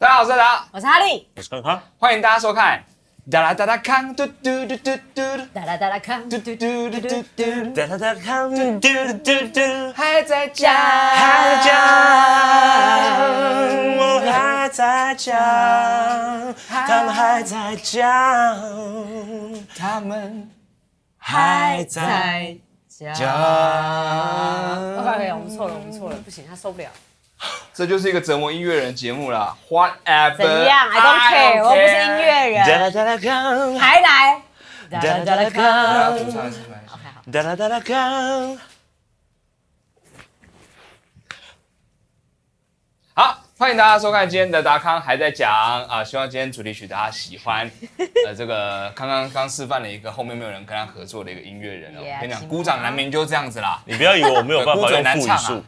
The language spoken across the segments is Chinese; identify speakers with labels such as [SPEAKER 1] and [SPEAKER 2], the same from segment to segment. [SPEAKER 1] 我是达，
[SPEAKER 2] 我是哈利，
[SPEAKER 3] 我是康康，
[SPEAKER 1] 欢迎大家收看。哒啦哒啦康嘟嘟嘟嘟嘟
[SPEAKER 2] 哒啦哒啦看，
[SPEAKER 1] 嘟
[SPEAKER 2] 嘟
[SPEAKER 1] 嘟
[SPEAKER 2] 嘟
[SPEAKER 1] 嘟嘟
[SPEAKER 2] 嘟嘟
[SPEAKER 1] 嘟
[SPEAKER 2] 嘟，
[SPEAKER 1] 嘟，
[SPEAKER 3] 哒哒哒康
[SPEAKER 2] 嗯
[SPEAKER 3] 嘟嘟嘟，
[SPEAKER 1] 还在家，
[SPEAKER 2] 还
[SPEAKER 3] 在讲，我还在讲，他们还在讲，
[SPEAKER 1] 他们
[SPEAKER 3] 还在
[SPEAKER 2] 家。
[SPEAKER 1] 讲。
[SPEAKER 2] OK，我们错了，我们错了，不行，他受不了。
[SPEAKER 1] 这就是一个折磨音乐人节目啦，Whatever。
[SPEAKER 2] 怎样？I don't care，我不是音。乐
[SPEAKER 3] 哒
[SPEAKER 2] 人，
[SPEAKER 3] 啦哒啦康，
[SPEAKER 2] 还来。哒
[SPEAKER 3] 哒
[SPEAKER 2] 啦
[SPEAKER 3] 啦
[SPEAKER 2] 哒
[SPEAKER 3] 哒
[SPEAKER 2] 啦
[SPEAKER 3] 啦
[SPEAKER 2] 看。
[SPEAKER 1] 大家
[SPEAKER 3] 康
[SPEAKER 1] 主，唱一次没关系
[SPEAKER 3] 哒啦哒啦康，
[SPEAKER 1] 好，欢迎大家收看今天的达康还在讲啊、希望今天主题曲大家喜欢。呃，这个刚刚刚示范了一个后面没有人跟他合作的一个音乐人哦，
[SPEAKER 2] Yeah，
[SPEAKER 1] 我跟你讲，
[SPEAKER 2] 请
[SPEAKER 1] 鼓掌难免就这样子啦。
[SPEAKER 3] 你不要以为我没有办法用复语数，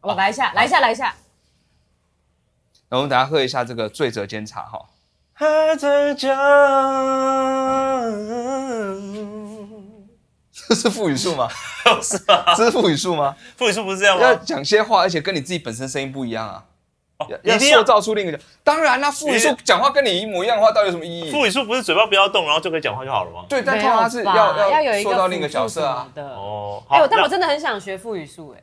[SPEAKER 2] 我来一下，来一下，来一下。
[SPEAKER 1] 那我们等下喝一下这个醉者煎茶哈、
[SPEAKER 3] 还在讲，
[SPEAKER 1] 这是副语数 吗？
[SPEAKER 3] 是吧？
[SPEAKER 1] 这是副语数吗？
[SPEAKER 3] 复语数不是这啊样
[SPEAKER 1] 要
[SPEAKER 3] 吗？
[SPEAKER 1] 讲些话，而且跟你自己本身声音不一样啊，
[SPEAKER 3] 哦
[SPEAKER 1] 要
[SPEAKER 3] 一
[SPEAKER 1] 要
[SPEAKER 3] 定
[SPEAKER 1] 塑
[SPEAKER 3] 要。
[SPEAKER 1] 造出另一个。当然啦、副语
[SPEAKER 3] 一
[SPEAKER 1] 数
[SPEAKER 3] 定
[SPEAKER 1] 讲话跟你一模一样的话，到底有什么意义？
[SPEAKER 3] 复语数不是嘴巴不要动，然后就可以讲话就好了吗？
[SPEAKER 1] 对，但通常是
[SPEAKER 2] 没有吧
[SPEAKER 1] 要
[SPEAKER 2] 要有一个
[SPEAKER 1] 塑造另一个角色啊
[SPEAKER 2] 辅助。什么的。
[SPEAKER 3] 哦，好
[SPEAKER 2] 哎，我但我
[SPEAKER 3] 那
[SPEAKER 2] 真的很想学副语术，哎。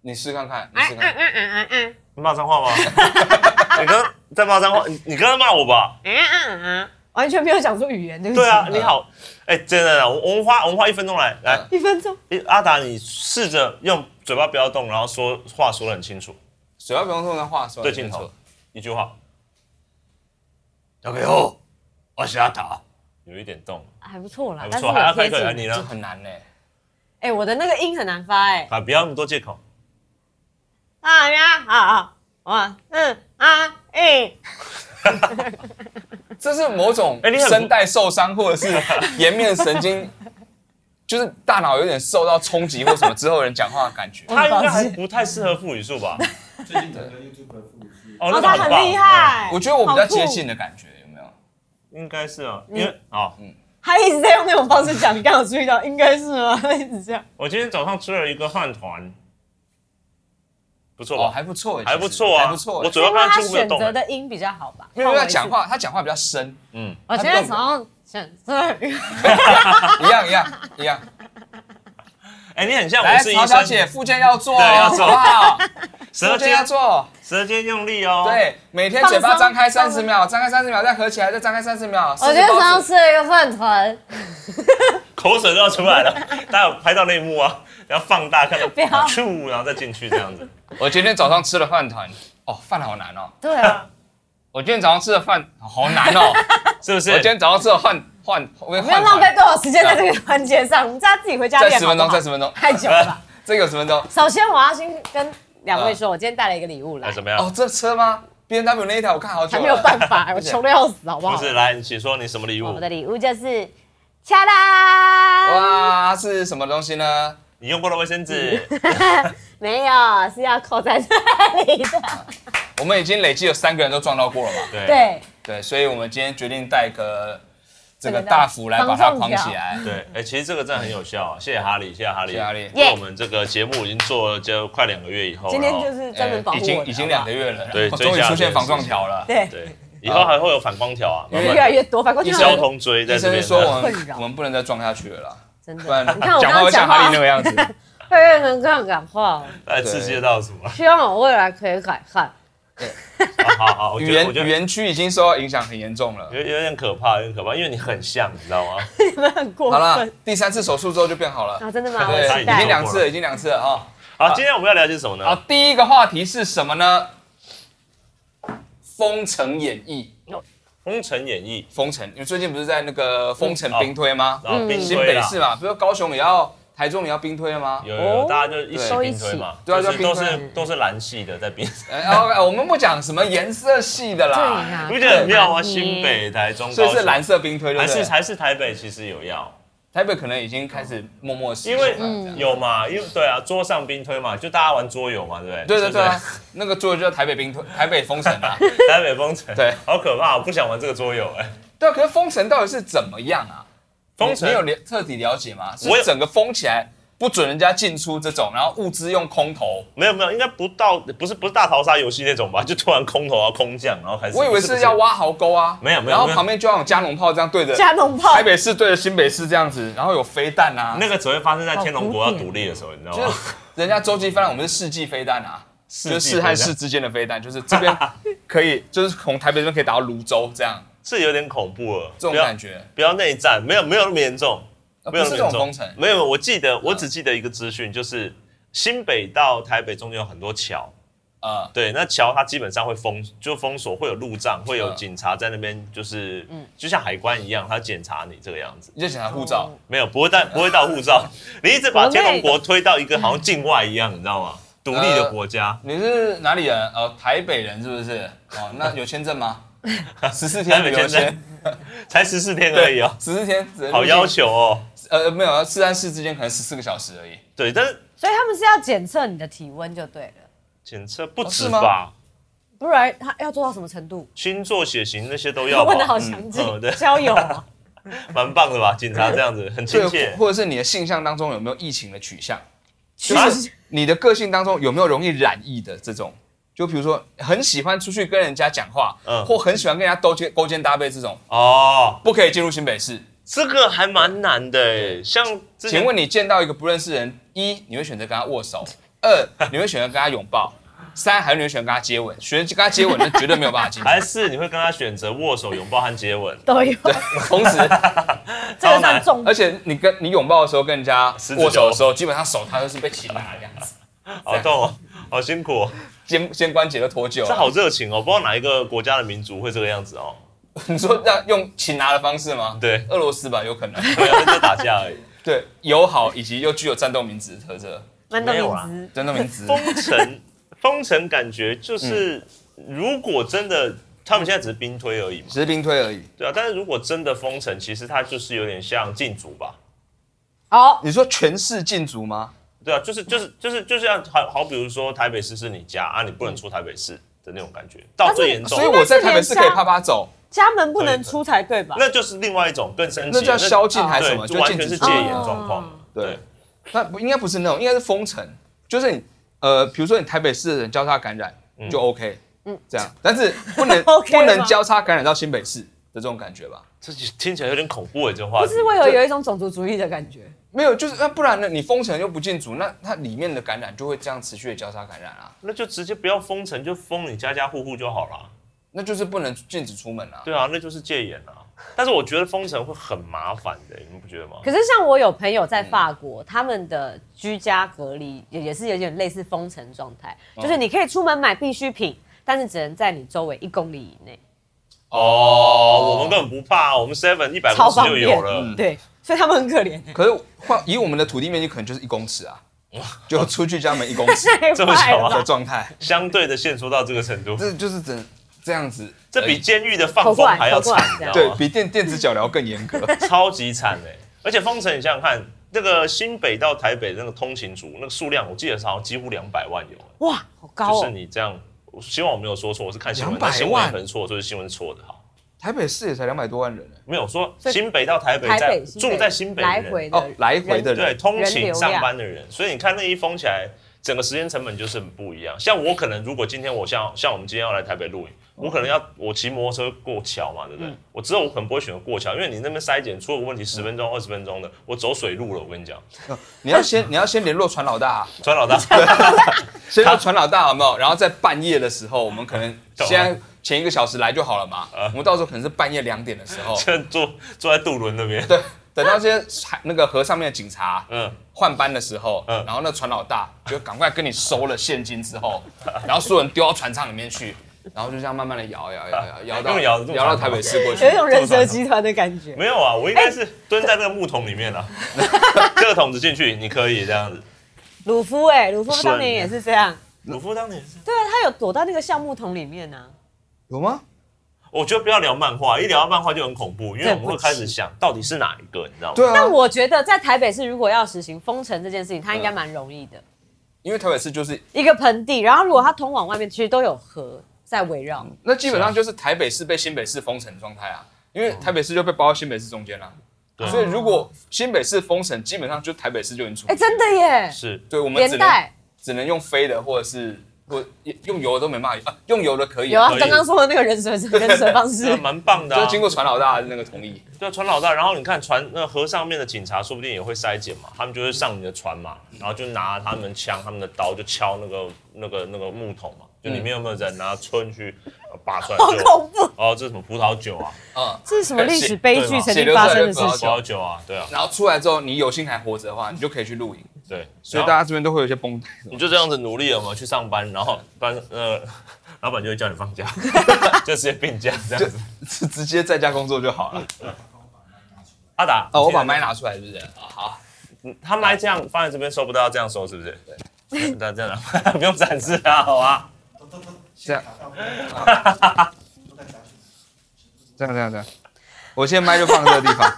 [SPEAKER 1] 你试看看，你
[SPEAKER 2] 哎
[SPEAKER 1] 试看
[SPEAKER 2] 哎
[SPEAKER 1] 看。
[SPEAKER 2] 哎哎哎哎
[SPEAKER 3] 骂 脏话吗？你刚刚在骂脏话，你你刚刚骂我吧？
[SPEAKER 2] 哎哎哎！完全没有讲出语言，对不起。
[SPEAKER 3] 对啊，你好，哎、真的，我我们花我们花一分钟来来，
[SPEAKER 2] 一分钟。
[SPEAKER 3] 哎阿达，你试着用嘴巴不要动，然后说话说的很清楚，
[SPEAKER 1] 水要不用用的话说
[SPEAKER 3] 对镜头，一句话。大家好，我是阿达，有一点动，
[SPEAKER 2] 还不错啦
[SPEAKER 3] 还，不
[SPEAKER 2] 但是
[SPEAKER 3] 错，还要
[SPEAKER 2] 有
[SPEAKER 3] 开
[SPEAKER 2] 贴
[SPEAKER 3] 口来，
[SPEAKER 2] 近。
[SPEAKER 3] 你
[SPEAKER 1] 这
[SPEAKER 3] 呢？
[SPEAKER 1] 很难呢、欸。
[SPEAKER 2] 哎，我的那个音很难发，哎。
[SPEAKER 3] 啊，不要那么多借口，
[SPEAKER 2] 啊呀啊啊！哇，嗯啊，哎，
[SPEAKER 1] 这是某种
[SPEAKER 3] 哎你很不
[SPEAKER 1] 声带受伤，或者 是颜面神经，就是大脑有点受到冲击或什么之后人讲话的 感觉。
[SPEAKER 2] 我很
[SPEAKER 3] 他应该
[SPEAKER 2] 抱
[SPEAKER 3] 还
[SPEAKER 2] 歉
[SPEAKER 3] 不太适合副语数吧？
[SPEAKER 4] 最近整个 YouTube 的复制，
[SPEAKER 3] 哦
[SPEAKER 2] 哦，
[SPEAKER 3] 那
[SPEAKER 2] 他
[SPEAKER 3] 个
[SPEAKER 2] 很
[SPEAKER 3] 棒
[SPEAKER 2] 厉，害。
[SPEAKER 1] 我觉得我比较接近
[SPEAKER 2] 好酷。
[SPEAKER 1] 的感觉，有没有？
[SPEAKER 3] 嗯应该是啊，因为哦，
[SPEAKER 2] 他一直在用那种方式讲，你刚好注意到，应该是吗？ 他一直这样。
[SPEAKER 3] 我今天早上吃了一个饭团，不错吧？
[SPEAKER 1] 哦，还不错欸，
[SPEAKER 3] 还
[SPEAKER 1] 其实
[SPEAKER 3] 不错啊，
[SPEAKER 1] 还不错欸。
[SPEAKER 3] 我嘴
[SPEAKER 2] 因
[SPEAKER 3] 巴
[SPEAKER 2] 为
[SPEAKER 3] 刚
[SPEAKER 2] 他
[SPEAKER 3] 刚几乎没有
[SPEAKER 2] 选
[SPEAKER 3] 动
[SPEAKER 2] 择
[SPEAKER 3] 欸。
[SPEAKER 2] 的音比较好吧？
[SPEAKER 1] 因为
[SPEAKER 2] 换
[SPEAKER 1] 他
[SPEAKER 2] 我一次
[SPEAKER 1] 讲，话，他讲话比较 深，
[SPEAKER 3] 嗯，
[SPEAKER 2] 我现在手上选择
[SPEAKER 1] 一样一样一样。
[SPEAKER 3] 哎，你很像我
[SPEAKER 1] 来，
[SPEAKER 3] 是医
[SPEAKER 1] 曹小姐，
[SPEAKER 3] 生，
[SPEAKER 1] 复健要 做哦，
[SPEAKER 3] 对要做
[SPEAKER 1] 好不好？
[SPEAKER 3] 舌
[SPEAKER 1] 复健
[SPEAKER 3] 尖
[SPEAKER 1] 要做，
[SPEAKER 3] 舌尖用力哦。，
[SPEAKER 1] 对，每天嘴巴张开三十秒，张开三十秒，再合起来，再张开三十秒。
[SPEAKER 2] 我今天早上
[SPEAKER 1] 40
[SPEAKER 2] 吃了一个饭团，
[SPEAKER 3] 口水都要出来了。大家有拍到那一幕啊，然后放大看到，
[SPEAKER 2] 不要
[SPEAKER 3] 咻，然后再进去这样子。
[SPEAKER 1] 我今天早上吃了饭团，哦，饭好难哦。
[SPEAKER 2] 对 啊，
[SPEAKER 1] 我今天早上吃的饭好难 哦。
[SPEAKER 3] 是不是
[SPEAKER 1] 我？今天早上吃了饭换，我
[SPEAKER 2] 不要浪费多少时间在这个环节上，你大家自己回家
[SPEAKER 1] 再
[SPEAKER 2] 练
[SPEAKER 1] 十
[SPEAKER 2] 好
[SPEAKER 1] 分
[SPEAKER 2] 不
[SPEAKER 1] 钟，
[SPEAKER 2] 好
[SPEAKER 1] 再十分钟，
[SPEAKER 2] 太久了 吧。
[SPEAKER 1] 这个有十分钟。
[SPEAKER 2] 首先我要先跟两位说，我今天带了一个礼物来
[SPEAKER 3] 哎来，怎啊么样？
[SPEAKER 1] 哦，这车吗？B N W 那一台我看好久
[SPEAKER 2] 还
[SPEAKER 1] 了。
[SPEAKER 2] 没有办法，我穷的要死，好不
[SPEAKER 3] 不
[SPEAKER 2] 好？
[SPEAKER 3] 是，来，你请说你什么礼
[SPEAKER 2] 我们
[SPEAKER 3] 物？
[SPEAKER 2] 的礼物就是，恰啦，
[SPEAKER 1] 哇，是什么东西呢？
[SPEAKER 3] 你用过的卫生纸，
[SPEAKER 2] 没有，是要扣在这里的。
[SPEAKER 1] 我们已经累计有三个人都撞到过了嘛。
[SPEAKER 3] 对，
[SPEAKER 2] 对，
[SPEAKER 1] 对，所以我们今天决定带个这个
[SPEAKER 2] 这个
[SPEAKER 1] 大斧来把它
[SPEAKER 2] 防
[SPEAKER 1] 框
[SPEAKER 2] 撞
[SPEAKER 1] 起来。
[SPEAKER 3] 对，哎，其实这个真的很有效啊！谢谢哈利，谢谢哈利，
[SPEAKER 1] 谢谢哈利
[SPEAKER 3] 因为我们这个节目已经做了就快两个月以后，
[SPEAKER 2] 今天
[SPEAKER 1] 哦
[SPEAKER 2] 就
[SPEAKER 3] 然后
[SPEAKER 2] 是专门保护
[SPEAKER 1] 呃已
[SPEAKER 2] 我的
[SPEAKER 1] 哎经已经两个月了，
[SPEAKER 3] 对
[SPEAKER 1] 然后
[SPEAKER 3] 追
[SPEAKER 1] 终于
[SPEAKER 3] 加
[SPEAKER 1] 出现
[SPEAKER 3] 的
[SPEAKER 1] 防撞条了。
[SPEAKER 2] 对，
[SPEAKER 3] 对，以后还会有反光条啊，慢
[SPEAKER 1] 因为
[SPEAKER 2] 越
[SPEAKER 3] 慢
[SPEAKER 2] 来越多，反过去
[SPEAKER 1] 医生
[SPEAKER 3] 交通追在
[SPEAKER 1] 医
[SPEAKER 3] 这
[SPEAKER 1] 生
[SPEAKER 3] 边
[SPEAKER 1] 就
[SPEAKER 3] 的。
[SPEAKER 1] 说我
[SPEAKER 2] 困
[SPEAKER 1] 们
[SPEAKER 2] 扰
[SPEAKER 1] 我们不能再撞下去了啦，
[SPEAKER 2] 真的
[SPEAKER 1] 不然。
[SPEAKER 2] 你看我
[SPEAKER 1] 讲
[SPEAKER 2] 刚
[SPEAKER 1] 话
[SPEAKER 2] 刚
[SPEAKER 1] 会像
[SPEAKER 2] 讲
[SPEAKER 1] 哈利
[SPEAKER 2] 话
[SPEAKER 1] 那，个样子。
[SPEAKER 2] 会变成这样讲话。
[SPEAKER 3] 哎，刺激得 到什么？
[SPEAKER 2] 希望我未来可以改善。
[SPEAKER 3] 好好好， 我
[SPEAKER 1] 语
[SPEAKER 3] 觉得我
[SPEAKER 1] 言
[SPEAKER 3] 觉得
[SPEAKER 1] 语言区已经受到影响很严重了。
[SPEAKER 3] 有有点可怕，有点可怕，因为你很像，你知道
[SPEAKER 1] 啊
[SPEAKER 3] 吗？
[SPEAKER 2] 你们很过
[SPEAKER 1] 好了
[SPEAKER 2] 分，
[SPEAKER 1] 第三次手术之后就变好了。
[SPEAKER 2] 啊！真的吗？我
[SPEAKER 1] 对，
[SPEAKER 2] 期
[SPEAKER 1] 已
[SPEAKER 2] 待
[SPEAKER 1] 经。两次了，已经两次了啊。
[SPEAKER 3] 好，今天我们要聊些什么呢？
[SPEAKER 1] 好，第一个话题是什么呢？《封城演义》。
[SPEAKER 3] 《封城演义
[SPEAKER 1] 封城，你们最近不是在那个封城
[SPEAKER 3] 哦
[SPEAKER 1] 兵推吗》，？
[SPEAKER 3] 然后
[SPEAKER 2] 嗯
[SPEAKER 3] 兵
[SPEAKER 1] 新
[SPEAKER 3] 推
[SPEAKER 1] 北
[SPEAKER 3] 啦，
[SPEAKER 1] 市嘛，不是高雄也要，台中也要兵推了吗？
[SPEAKER 3] 有有有，
[SPEAKER 2] 哦
[SPEAKER 3] 大家就一起
[SPEAKER 2] 对
[SPEAKER 3] 兵推嘛，
[SPEAKER 1] 都一起对啊
[SPEAKER 3] 就是都
[SPEAKER 1] 就兵
[SPEAKER 3] 是都是蓝系的在兵，
[SPEAKER 1] 哎哦我们不讲什么颜色系的
[SPEAKER 2] 对啊
[SPEAKER 1] 啦，
[SPEAKER 2] 呀，
[SPEAKER 3] 你不觉得很妙吗？
[SPEAKER 2] 对
[SPEAKER 3] 新，北、台中、
[SPEAKER 1] 所以
[SPEAKER 3] 高
[SPEAKER 1] 是
[SPEAKER 3] 雄
[SPEAKER 1] 蓝色兵推，对
[SPEAKER 3] 还
[SPEAKER 1] 不对
[SPEAKER 3] 是？还是台北其实有要，
[SPEAKER 1] 台北可能已经开始默默实施
[SPEAKER 3] 因
[SPEAKER 1] 了
[SPEAKER 3] 为
[SPEAKER 1] 这
[SPEAKER 2] 嗯
[SPEAKER 1] 样
[SPEAKER 3] 有嘛，因为对啊，桌上兵推嘛，就大家玩桌游嘛，对不对？
[SPEAKER 1] 对对对啊
[SPEAKER 3] 是，
[SPEAKER 1] 那个做的就叫台北兵推，台北封城 啊。
[SPEAKER 3] 不是，台北封城，
[SPEAKER 1] 对，
[SPEAKER 3] 好可怕，我不想玩这个桌游哎。
[SPEAKER 1] 对啊，可是封城到底是怎么样啊？
[SPEAKER 3] 封城
[SPEAKER 1] 你你有了彻底了解吗？是
[SPEAKER 3] 我有
[SPEAKER 1] 整个封起来，不准人家进出这种，然后物资用空投。
[SPEAKER 3] 没有没有，应该不到，不是不是大逃杀游戏那种吧？就突然空投啊空降，然后开始。
[SPEAKER 1] 我以为是要挖壕沟啊，
[SPEAKER 3] 没有没有
[SPEAKER 1] 然后
[SPEAKER 3] 没有
[SPEAKER 1] 旁边就要有加农炮这样对着
[SPEAKER 2] 加农炮
[SPEAKER 1] 台北市对着新北市这样子，然后有飞弹啊，
[SPEAKER 3] 那个只会发生在天龙国
[SPEAKER 2] 好
[SPEAKER 3] 要
[SPEAKER 2] 古典
[SPEAKER 3] 独立的时候，你知道
[SPEAKER 1] 就
[SPEAKER 3] 吗
[SPEAKER 1] 是？人家洲际飞弹，我们是世纪飞弹啊，
[SPEAKER 3] 哦世纪
[SPEAKER 1] 就是市和
[SPEAKER 3] 飞弹
[SPEAKER 1] 市之间的飞弹，就是这边可以，就是从台北这边可以打到泸州这样，
[SPEAKER 3] 是有点恐怖了，
[SPEAKER 1] 这种
[SPEAKER 3] 不要
[SPEAKER 1] 感觉，
[SPEAKER 3] 不要内战，没有没有那么严重，
[SPEAKER 1] 呃
[SPEAKER 3] 没有
[SPEAKER 1] 不
[SPEAKER 3] 那
[SPEAKER 1] 是这种嗯
[SPEAKER 3] 么严
[SPEAKER 1] 工
[SPEAKER 3] 重
[SPEAKER 1] 程。
[SPEAKER 3] 没有，我记得我只记得一个资讯，就是新北到台北中间有很多桥，
[SPEAKER 1] 呃，
[SPEAKER 3] 对，那桥它基本上会封，就封锁，会有路障，会有
[SPEAKER 1] 嗯
[SPEAKER 3] 警察在那边，就是就像海关一样，他检查你这个样子。
[SPEAKER 1] 你就检查护照，
[SPEAKER 3] 没有，不会到不会到 护照，你一直把
[SPEAKER 2] 国内
[SPEAKER 3] 天龙国推到一个好像境外一样，你知道吗？独立的国家，
[SPEAKER 1] 你是哪里人？呃，台北人是不是？哦，那有签证吗？十四
[SPEAKER 3] 台
[SPEAKER 1] 天
[SPEAKER 3] 北
[SPEAKER 1] 旅游
[SPEAKER 3] 签证
[SPEAKER 1] 签，
[SPEAKER 3] 才十四天而已哦，
[SPEAKER 1] 十四天只能入境
[SPEAKER 3] 好要。求哦。
[SPEAKER 1] 呃，没有，市和市之间可能十四个小时而已。
[SPEAKER 3] 对，但是
[SPEAKER 2] 所以他们是要检测你的体温就对了，
[SPEAKER 3] 检测不
[SPEAKER 1] 哦
[SPEAKER 3] 止
[SPEAKER 1] 是吗
[SPEAKER 3] 吧？
[SPEAKER 2] 不然他要做到什么程度？
[SPEAKER 3] 星座、血型那些 都要吧？
[SPEAKER 2] 问的好详尽
[SPEAKER 3] 嗯
[SPEAKER 1] 哦
[SPEAKER 3] 嗯，对
[SPEAKER 2] 交友啊，
[SPEAKER 3] 蛮棒的吧？警察这样子很亲
[SPEAKER 1] 对，
[SPEAKER 3] 切，
[SPEAKER 1] 或者是你的性向当中有没有疫情的取向？就
[SPEAKER 2] 取向
[SPEAKER 1] 是你的个性当中有没有容易染疫的这种？就比如说很喜欢出去跟人家讲话，
[SPEAKER 3] 嗯
[SPEAKER 1] 或很喜欢跟人家勾肩勾肩搭背这种，
[SPEAKER 3] 哦，
[SPEAKER 1] 不可以进入新北市。
[SPEAKER 3] 这个还蛮难的欸。像之前
[SPEAKER 1] 请问你见到一个不认识的人，一你会选择跟他握手，二你会选择跟他拥抱，三还是你会选择跟他接吻？选择跟他接吻，那绝对没有办法进 去。
[SPEAKER 3] 还是你会跟他选择握手、拥抱和接 吻？
[SPEAKER 2] 都有，
[SPEAKER 1] 对，哎同时，
[SPEAKER 2] 这个算重
[SPEAKER 1] 而且你跟你拥抱的时候跟人家
[SPEAKER 3] 十指
[SPEAKER 1] 握手
[SPEAKER 3] 交
[SPEAKER 1] 的时候，基本上手他都是被擒拿的样子，
[SPEAKER 3] 好痛哦，好辛苦哦，
[SPEAKER 1] 肩肩关节都脱臼
[SPEAKER 3] 这
[SPEAKER 1] 了。
[SPEAKER 3] 好热情哦。不知道哪一个国家的民族会这个样子哦。
[SPEAKER 1] 你说让用擒拿的方式吗？
[SPEAKER 3] 对
[SPEAKER 1] 俄罗斯吧，有可能。
[SPEAKER 3] 没有就打架 而已。
[SPEAKER 1] 对，友好以及又具有战斗民族的特色，
[SPEAKER 2] 蛮多
[SPEAKER 3] 没有
[SPEAKER 2] 名
[SPEAKER 3] 啊
[SPEAKER 2] 词。
[SPEAKER 1] 战斗民 族。
[SPEAKER 3] 封 城，封城感觉就是，如果真的他们现在只是兵推而已嘛，
[SPEAKER 1] 只是兵推而已。
[SPEAKER 3] 对啊。但是如果真的封城，其实它就是有点像禁足吧，
[SPEAKER 2] 好，
[SPEAKER 1] 你说全市禁足吗？
[SPEAKER 3] 对啊，就是就是就是就像好好比如说台北市是你家啊，你不能出台北市的那种感觉，到最严重
[SPEAKER 1] 所以，我在台北市可以啪啪走，
[SPEAKER 2] 家门不能出才对吧？
[SPEAKER 3] 那就是另外一种更升级
[SPEAKER 1] 那
[SPEAKER 3] 的，
[SPEAKER 1] 叫宵禁还是什
[SPEAKER 3] 对，
[SPEAKER 1] 么？
[SPEAKER 3] 就完全
[SPEAKER 1] 禁止
[SPEAKER 3] 是
[SPEAKER 1] 出
[SPEAKER 3] 戒
[SPEAKER 1] 门
[SPEAKER 3] 严状况。
[SPEAKER 1] 啊哦对，那不应该不是那种，应该是封城，就是你呃，比如说你台北市的人交叉感染就 OK，嗯，这样，但是不能
[SPEAKER 2] OK 吗
[SPEAKER 1] 不能交叉感染到新北市的这种感觉吧？
[SPEAKER 3] 这就听起来有点恐怖哎，这话
[SPEAKER 2] 不
[SPEAKER 3] 题
[SPEAKER 2] 是会有有一种种族主义的感觉？
[SPEAKER 1] 没有，就是那不然呢？你封城又不进足，那它里面的感染就会这样持续的交叉感染啊，
[SPEAKER 3] 那就直接不要封城，就封你家家户户就好了。
[SPEAKER 1] 那就是不能禁止出门啊。
[SPEAKER 3] 对啊，那就是戒严啊。但是我觉得封城会很麻烦的，你们不觉得吗？
[SPEAKER 2] 可是像我有朋友在法国，他们的居家隔离也也是有点类似封城状态，
[SPEAKER 3] 哦
[SPEAKER 2] 就是你可以出门买必需品，但是只能在你周围一公里以内，
[SPEAKER 3] 哦，我们根本不怕，我们 Seven 一百
[SPEAKER 2] 超
[SPEAKER 3] 公尺
[SPEAKER 2] 方
[SPEAKER 3] 就
[SPEAKER 2] 便。
[SPEAKER 3] 有
[SPEAKER 1] 嗯
[SPEAKER 3] 了。
[SPEAKER 2] 对，所以他们很可 怜。
[SPEAKER 1] 可是换以我们的土地面积，可能就是一公尺啊，就出去家门一公 尺
[SPEAKER 2] 太
[SPEAKER 3] 这么
[SPEAKER 2] 坏
[SPEAKER 3] 巧
[SPEAKER 2] 了
[SPEAKER 3] 啊
[SPEAKER 1] 的
[SPEAKER 2] 吧！
[SPEAKER 1] 状态，
[SPEAKER 3] 相对的限缩到这个程度，
[SPEAKER 1] 这就是整这样子，
[SPEAKER 3] 这比啊监狱的放
[SPEAKER 2] 口
[SPEAKER 3] 风
[SPEAKER 2] 怪
[SPEAKER 3] 还要
[SPEAKER 2] 口
[SPEAKER 3] 惨
[SPEAKER 2] 怪，
[SPEAKER 3] 你知道吗？
[SPEAKER 1] 对比电电子脚镣更严 格。
[SPEAKER 3] 超级惨哎、而且封城，你想想看，那个新北到台北那个通勤族那个数量，我记得是好像几乎两百万有、欸
[SPEAKER 2] 哇，好高
[SPEAKER 3] 就是
[SPEAKER 2] 哦！
[SPEAKER 3] 你这样，我希望我没有说错，我是看新闻，
[SPEAKER 1] 200
[SPEAKER 3] 但新闻
[SPEAKER 1] 万
[SPEAKER 3] 可能错，所以新闻是错的哈。
[SPEAKER 1] 台北市也才两百多万人欸
[SPEAKER 3] 没有说
[SPEAKER 2] 所以
[SPEAKER 3] 新北到台北
[SPEAKER 2] 台
[SPEAKER 3] 在
[SPEAKER 2] 北新北
[SPEAKER 3] 住在新北的
[SPEAKER 2] 来
[SPEAKER 3] 人
[SPEAKER 2] 回的
[SPEAKER 1] 哦，来回的
[SPEAKER 3] 对
[SPEAKER 1] 人，
[SPEAKER 3] 通勤
[SPEAKER 2] 人流量
[SPEAKER 3] 上班的人，所以你看那一封起来，整个时间成本就是很不一样。像我可能如果今天我像像我们今天要来台北露营，
[SPEAKER 2] 哦
[SPEAKER 3] 我可能要我骑摩托车过桥嘛，对不对？
[SPEAKER 2] 嗯
[SPEAKER 3] 我知道我可能不会选择过桥，因为你那边筛检出了个问题，十分钟、二十分钟的，我走水路了。我跟你讲，
[SPEAKER 1] 你要先你要先联络船老大啊，
[SPEAKER 3] 川老 大，
[SPEAKER 1] 先联络船老大有没有？然后在半夜的时候，我们可能
[SPEAKER 3] 懂啊
[SPEAKER 1] 现在前一个小时来就好了 嘛，
[SPEAKER 3] 呃
[SPEAKER 1] 我们到时候可能是半夜两点的时候，
[SPEAKER 3] 就坐坐在渡轮那边，
[SPEAKER 1] 对，等到这些海那个河上面的警察，
[SPEAKER 3] 嗯，
[SPEAKER 1] 换班的时候，
[SPEAKER 3] 嗯
[SPEAKER 1] 然后那船老大就赶快跟你收了现金之后， 然后所有人丢到船舱里面去，然后就这样慢慢的摇摇摇摇摇到
[SPEAKER 3] 啊用摇的这么
[SPEAKER 1] 摇到
[SPEAKER 3] 长
[SPEAKER 1] 台北市过去
[SPEAKER 2] 有一。种人蛇集团的感觉。
[SPEAKER 3] 没有啊，我应该是
[SPEAKER 2] 哎
[SPEAKER 3] 蹲在那个木桶里面了、 啊，这个桶子进去，你可以这样子。
[SPEAKER 2] 鲁夫哎、鲁夫
[SPEAKER 3] 啊
[SPEAKER 2] 当年也是这样，
[SPEAKER 3] 鲁夫当年是，
[SPEAKER 2] 对啊，他有躲到那个橡木桶里面啊。
[SPEAKER 1] 有吗？
[SPEAKER 3] 我觉得不要聊漫画，一聊到漫画就很恐怖，因为我们
[SPEAKER 2] 对
[SPEAKER 3] 会
[SPEAKER 2] 不起
[SPEAKER 3] 开始想到底是哪一个，你知道吗？
[SPEAKER 1] 对啊
[SPEAKER 2] 但，我觉得在台北市如果要实行封城这件事情，它
[SPEAKER 3] 嗯
[SPEAKER 2] 应该蛮容易的，
[SPEAKER 1] 因为台北市就是
[SPEAKER 2] 一个盆地，然后如果它通往外面，其实都有河在围绕。
[SPEAKER 3] 嗯
[SPEAKER 1] 啊那基本上就是台北市被新北市封城的状态啊，因为台北市就被包到新北市中间了、
[SPEAKER 3] 对
[SPEAKER 1] 所以如果新北市封城，基本上就台北市就已经处
[SPEAKER 2] 哎、
[SPEAKER 1] 理。
[SPEAKER 2] 真的耶，
[SPEAKER 3] 是
[SPEAKER 1] 对，我们只
[SPEAKER 2] 连
[SPEAKER 1] 能
[SPEAKER 2] 带
[SPEAKER 1] 只能用飞的，或者是或用油的都没办法，啊、用油的可以、
[SPEAKER 2] 有啊
[SPEAKER 3] 可，以
[SPEAKER 2] 刚刚说的那个人 蛇人蛇方式
[SPEAKER 3] 那，蛮棒的、
[SPEAKER 1] 就
[SPEAKER 3] 啊
[SPEAKER 1] 是。经过船老大的那个同意。
[SPEAKER 3] 对，船老大，然后你看船那河上面的警察，说不定也会筛检嘛，他们就会上你的船嘛，然后就拿他们枪、他们的刀，就敲那个那个那个木桶嘛，就里面有没有人啊，村去呃拔出来
[SPEAKER 2] 好
[SPEAKER 3] 就。
[SPEAKER 2] 恐怖！
[SPEAKER 3] 哦，这是什么葡萄酒啊？
[SPEAKER 1] 嗯，
[SPEAKER 2] 这是什么历史悲
[SPEAKER 3] 对
[SPEAKER 2] 剧
[SPEAKER 3] 嘛
[SPEAKER 2] 曾经发生
[SPEAKER 1] 血流
[SPEAKER 2] 的
[SPEAKER 1] 出来就葡
[SPEAKER 2] 事
[SPEAKER 1] 萄
[SPEAKER 3] 葡
[SPEAKER 2] 情
[SPEAKER 1] 酒？
[SPEAKER 3] 萄酒啊，对啊，
[SPEAKER 1] 然后出来之后，你有幸还活着的话，你就可以去露营。
[SPEAKER 3] 对。
[SPEAKER 1] 所以大
[SPEAKER 3] 然后
[SPEAKER 1] 家这边都会有一些 绷带。
[SPEAKER 3] 你就这样子努力了嘛，去上班，然后班呃，老板就会叫你放假，就直接病假这样子。
[SPEAKER 1] 是 直接在家工作就好了。
[SPEAKER 3] 阿达，
[SPEAKER 1] 哦，我把
[SPEAKER 3] 你
[SPEAKER 1] 麦拿出来，是不是？好，
[SPEAKER 3] 嗯他麦这样放在这边收不到，这样收是不是？对，那这样 啊不用展示啊，好啊。
[SPEAKER 4] 都都都，
[SPEAKER 1] 这 样
[SPEAKER 4] 卡到不能打都在夹去
[SPEAKER 1] 这样这样这样，我现在麦就放这个地方。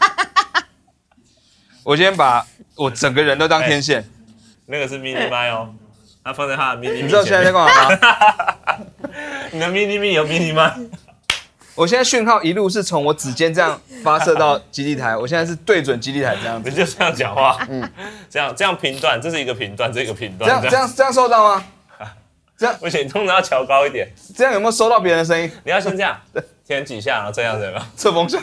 [SPEAKER 1] 我今天把我整个人都当天线，
[SPEAKER 3] 那个是 mini 麦哦，它放在他的 mini。
[SPEAKER 1] 你知道现在在干嘛吗？
[SPEAKER 3] 你的 mini 咪有 mini 麦，
[SPEAKER 1] 我现在讯号一路是从我指尖这样发射到基地台，我现在是对准基地台这样子
[SPEAKER 3] 你，就这样讲话，这样这样评断，这是一个评断，这是一个评
[SPEAKER 1] 嗯这
[SPEAKER 3] 断，
[SPEAKER 1] 样这。样这样收到吗？
[SPEAKER 3] 不行，你通常要调高一点，
[SPEAKER 1] 这样有没有收到别人的声音？
[SPEAKER 3] 你要先这样，先几下，然后这样子吧，
[SPEAKER 1] 侧风 向，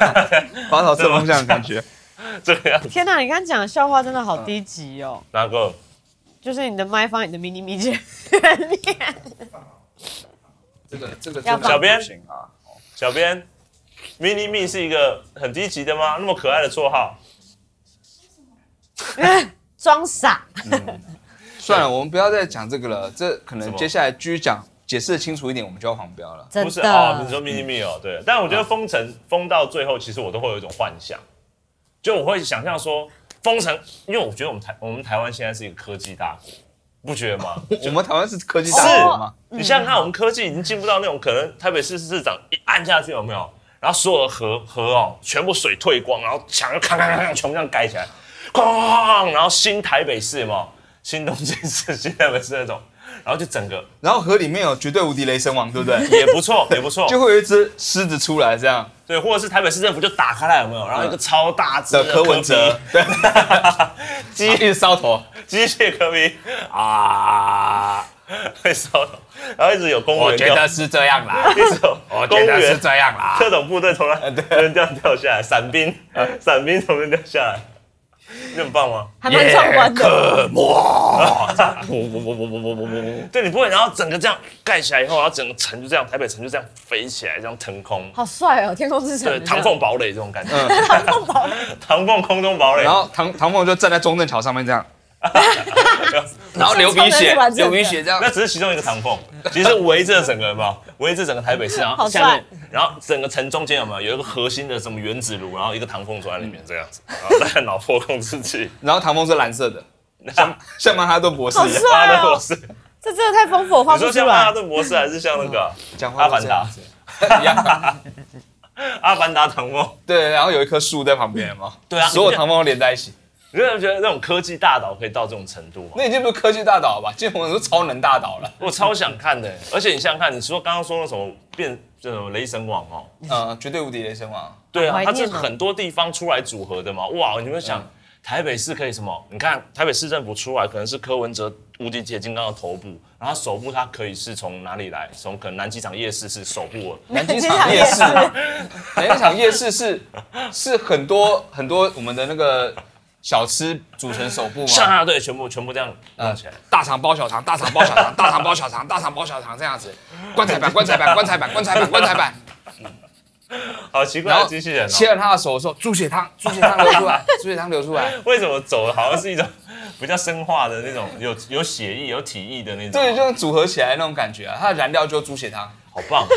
[SPEAKER 1] 法草侧风向的感觉。
[SPEAKER 3] 这个样子。
[SPEAKER 2] 天哪，你刚刚讲的笑话真的
[SPEAKER 3] 嗯
[SPEAKER 2] 好低级哦，
[SPEAKER 3] 哪个？
[SPEAKER 2] 就是你的麦放在你的迷你米前面，
[SPEAKER 1] 这个这个
[SPEAKER 2] 要放
[SPEAKER 3] 小编
[SPEAKER 1] 行啊，
[SPEAKER 3] 小编，mini 咪是一个很低级的吗？那么可爱的绰号，
[SPEAKER 2] 装傻。
[SPEAKER 1] 算了，我们不要再讲这个了，这可
[SPEAKER 3] 什
[SPEAKER 1] 能
[SPEAKER 3] 么
[SPEAKER 1] 接下来继续讲，解释得清楚一点，我们就要黄标了。
[SPEAKER 2] 真
[SPEAKER 3] 不是
[SPEAKER 2] 的，
[SPEAKER 3] 哦，你说 mini me 哦，对，但我觉得封城封到最后，其实我都会有一种幻想，就我会想象说封城，因为我觉得我们台我们台湾现在是一个科技大国，不觉得 吗？
[SPEAKER 1] 我们台湾是科技
[SPEAKER 3] 是
[SPEAKER 1] 大国吗？
[SPEAKER 3] 你想想看，我们科技已经进步到那种可能台北市市长一按下去有没有？然后所有的河河哦，全部水退光，然后墙就咔咔咔咔全部这样盖起来，哐哐哐哐，然后新台北市有没有？新东京市、新台北市那种，然后就整个
[SPEAKER 1] 然后河里面有绝对无敌雷神王，对不对？
[SPEAKER 3] 也不 错，也不错，
[SPEAKER 1] 就会有一只狮子出来，这样
[SPEAKER 3] 对，或者是台北市政府就打开来有没有？然后一个超大只
[SPEAKER 1] 的柯文哲，对，
[SPEAKER 3] 机
[SPEAKER 1] 一直烧头，
[SPEAKER 3] 机械科比啊，会烧脑，然后一直有公务员掉，
[SPEAKER 1] 是这样 啦，
[SPEAKER 3] 一直有公务员
[SPEAKER 1] 这样啦
[SPEAKER 3] 特种部队从
[SPEAKER 1] 哎
[SPEAKER 3] 来人这样掉下来，伞兵 伞兵从那掉下来，你很棒吗？
[SPEAKER 2] 还蛮壮观的。
[SPEAKER 1] 呃
[SPEAKER 3] 对，你不会，然后整个这样盖起来以后，然后整个城就这样，台北城就这样飞起来，这样腾空，
[SPEAKER 2] 好帅哦，天空之城
[SPEAKER 3] 对，
[SPEAKER 2] 的
[SPEAKER 3] 唐
[SPEAKER 2] 这样
[SPEAKER 3] 凤堡垒这种感觉，
[SPEAKER 1] 嗯
[SPEAKER 3] 唐凤空中堡垒
[SPEAKER 1] 然，后唐唐凤就站在中正桥上面 这样，然后流鼻
[SPEAKER 2] 上面
[SPEAKER 1] 血
[SPEAKER 2] 是完，整
[SPEAKER 1] 流
[SPEAKER 2] 的
[SPEAKER 1] 鼻血这样
[SPEAKER 3] 那，只是其中一个唐凤，其实围着整个有没有？围着整个台北市，然后
[SPEAKER 2] 好
[SPEAKER 3] 下面
[SPEAKER 2] 帅，
[SPEAKER 3] 然后整个城中间有没有有一个核心的什么原子炉，然后一个唐凤坐在里面这样 子，然后在脑波控制器，
[SPEAKER 1] 然后唐凤是蓝色的，像像曼哈顿博士
[SPEAKER 2] 好
[SPEAKER 1] 一样
[SPEAKER 2] 帅
[SPEAKER 3] 阿德
[SPEAKER 2] 哦
[SPEAKER 3] 博士，你
[SPEAKER 2] 这真的太丰富，我画不
[SPEAKER 3] 说
[SPEAKER 2] 出
[SPEAKER 3] 像阿
[SPEAKER 2] 来。哦
[SPEAKER 3] 德博士还是像那个
[SPEAKER 1] 讲话
[SPEAKER 3] 阿
[SPEAKER 1] 都
[SPEAKER 3] 凡
[SPEAKER 1] 这样
[SPEAKER 3] 达，
[SPEAKER 1] 子 一样，
[SPEAKER 3] 阿凡达唐凤，
[SPEAKER 1] 对，然后有一棵树在旁边嘛，
[SPEAKER 3] 对啊
[SPEAKER 1] 所有唐凤都连在一起，
[SPEAKER 3] 你真的觉得那种科技大岛可以到这种程度吗？
[SPEAKER 1] 那已经不是科技大岛了吧？金鸿是超能大岛了，
[SPEAKER 3] 我超想看的，而且你想想看，你说刚刚说那什么变这种雷神网哦，
[SPEAKER 1] 嗯，绝对无敌雷神 王，
[SPEAKER 3] 对啊
[SPEAKER 2] 怀，
[SPEAKER 3] 它
[SPEAKER 2] 念嗯
[SPEAKER 3] 这是
[SPEAKER 2] 哦
[SPEAKER 3] 很多地方出来组合的嘛。哇，你们想、台北市可以什么？你看台北市政府出来，可能是柯文哲无敌铁金刚的头部，然后手部它可以是从哪里来？从可能南机场夜市是手部的，
[SPEAKER 1] 南京场夜 市，南京场夜市是是很多很多我们的那个小吃组成首部
[SPEAKER 3] 上
[SPEAKER 1] 嘛，
[SPEAKER 3] 下队全部全部这样弄起来。
[SPEAKER 2] 嗯
[SPEAKER 1] 大肠包小肠，大肠包小肠，大肠包小肠，大肠包小肠这样子，棺材板，棺材板，棺材板，棺材板，棺材 板，
[SPEAKER 3] 好奇怪
[SPEAKER 1] 然
[SPEAKER 3] 的
[SPEAKER 1] 后
[SPEAKER 3] 机器人哦、
[SPEAKER 1] 切了他的手的时候，猪血汤，猪血 汤流出来，猪血汤流出来，
[SPEAKER 3] 为什么走的好像是一种 比较生化的那种，有有血意、有体意的那种？
[SPEAKER 1] 对，就是组合起来那种感觉啊，它的燃料就是猪血汤，
[SPEAKER 3] 好棒。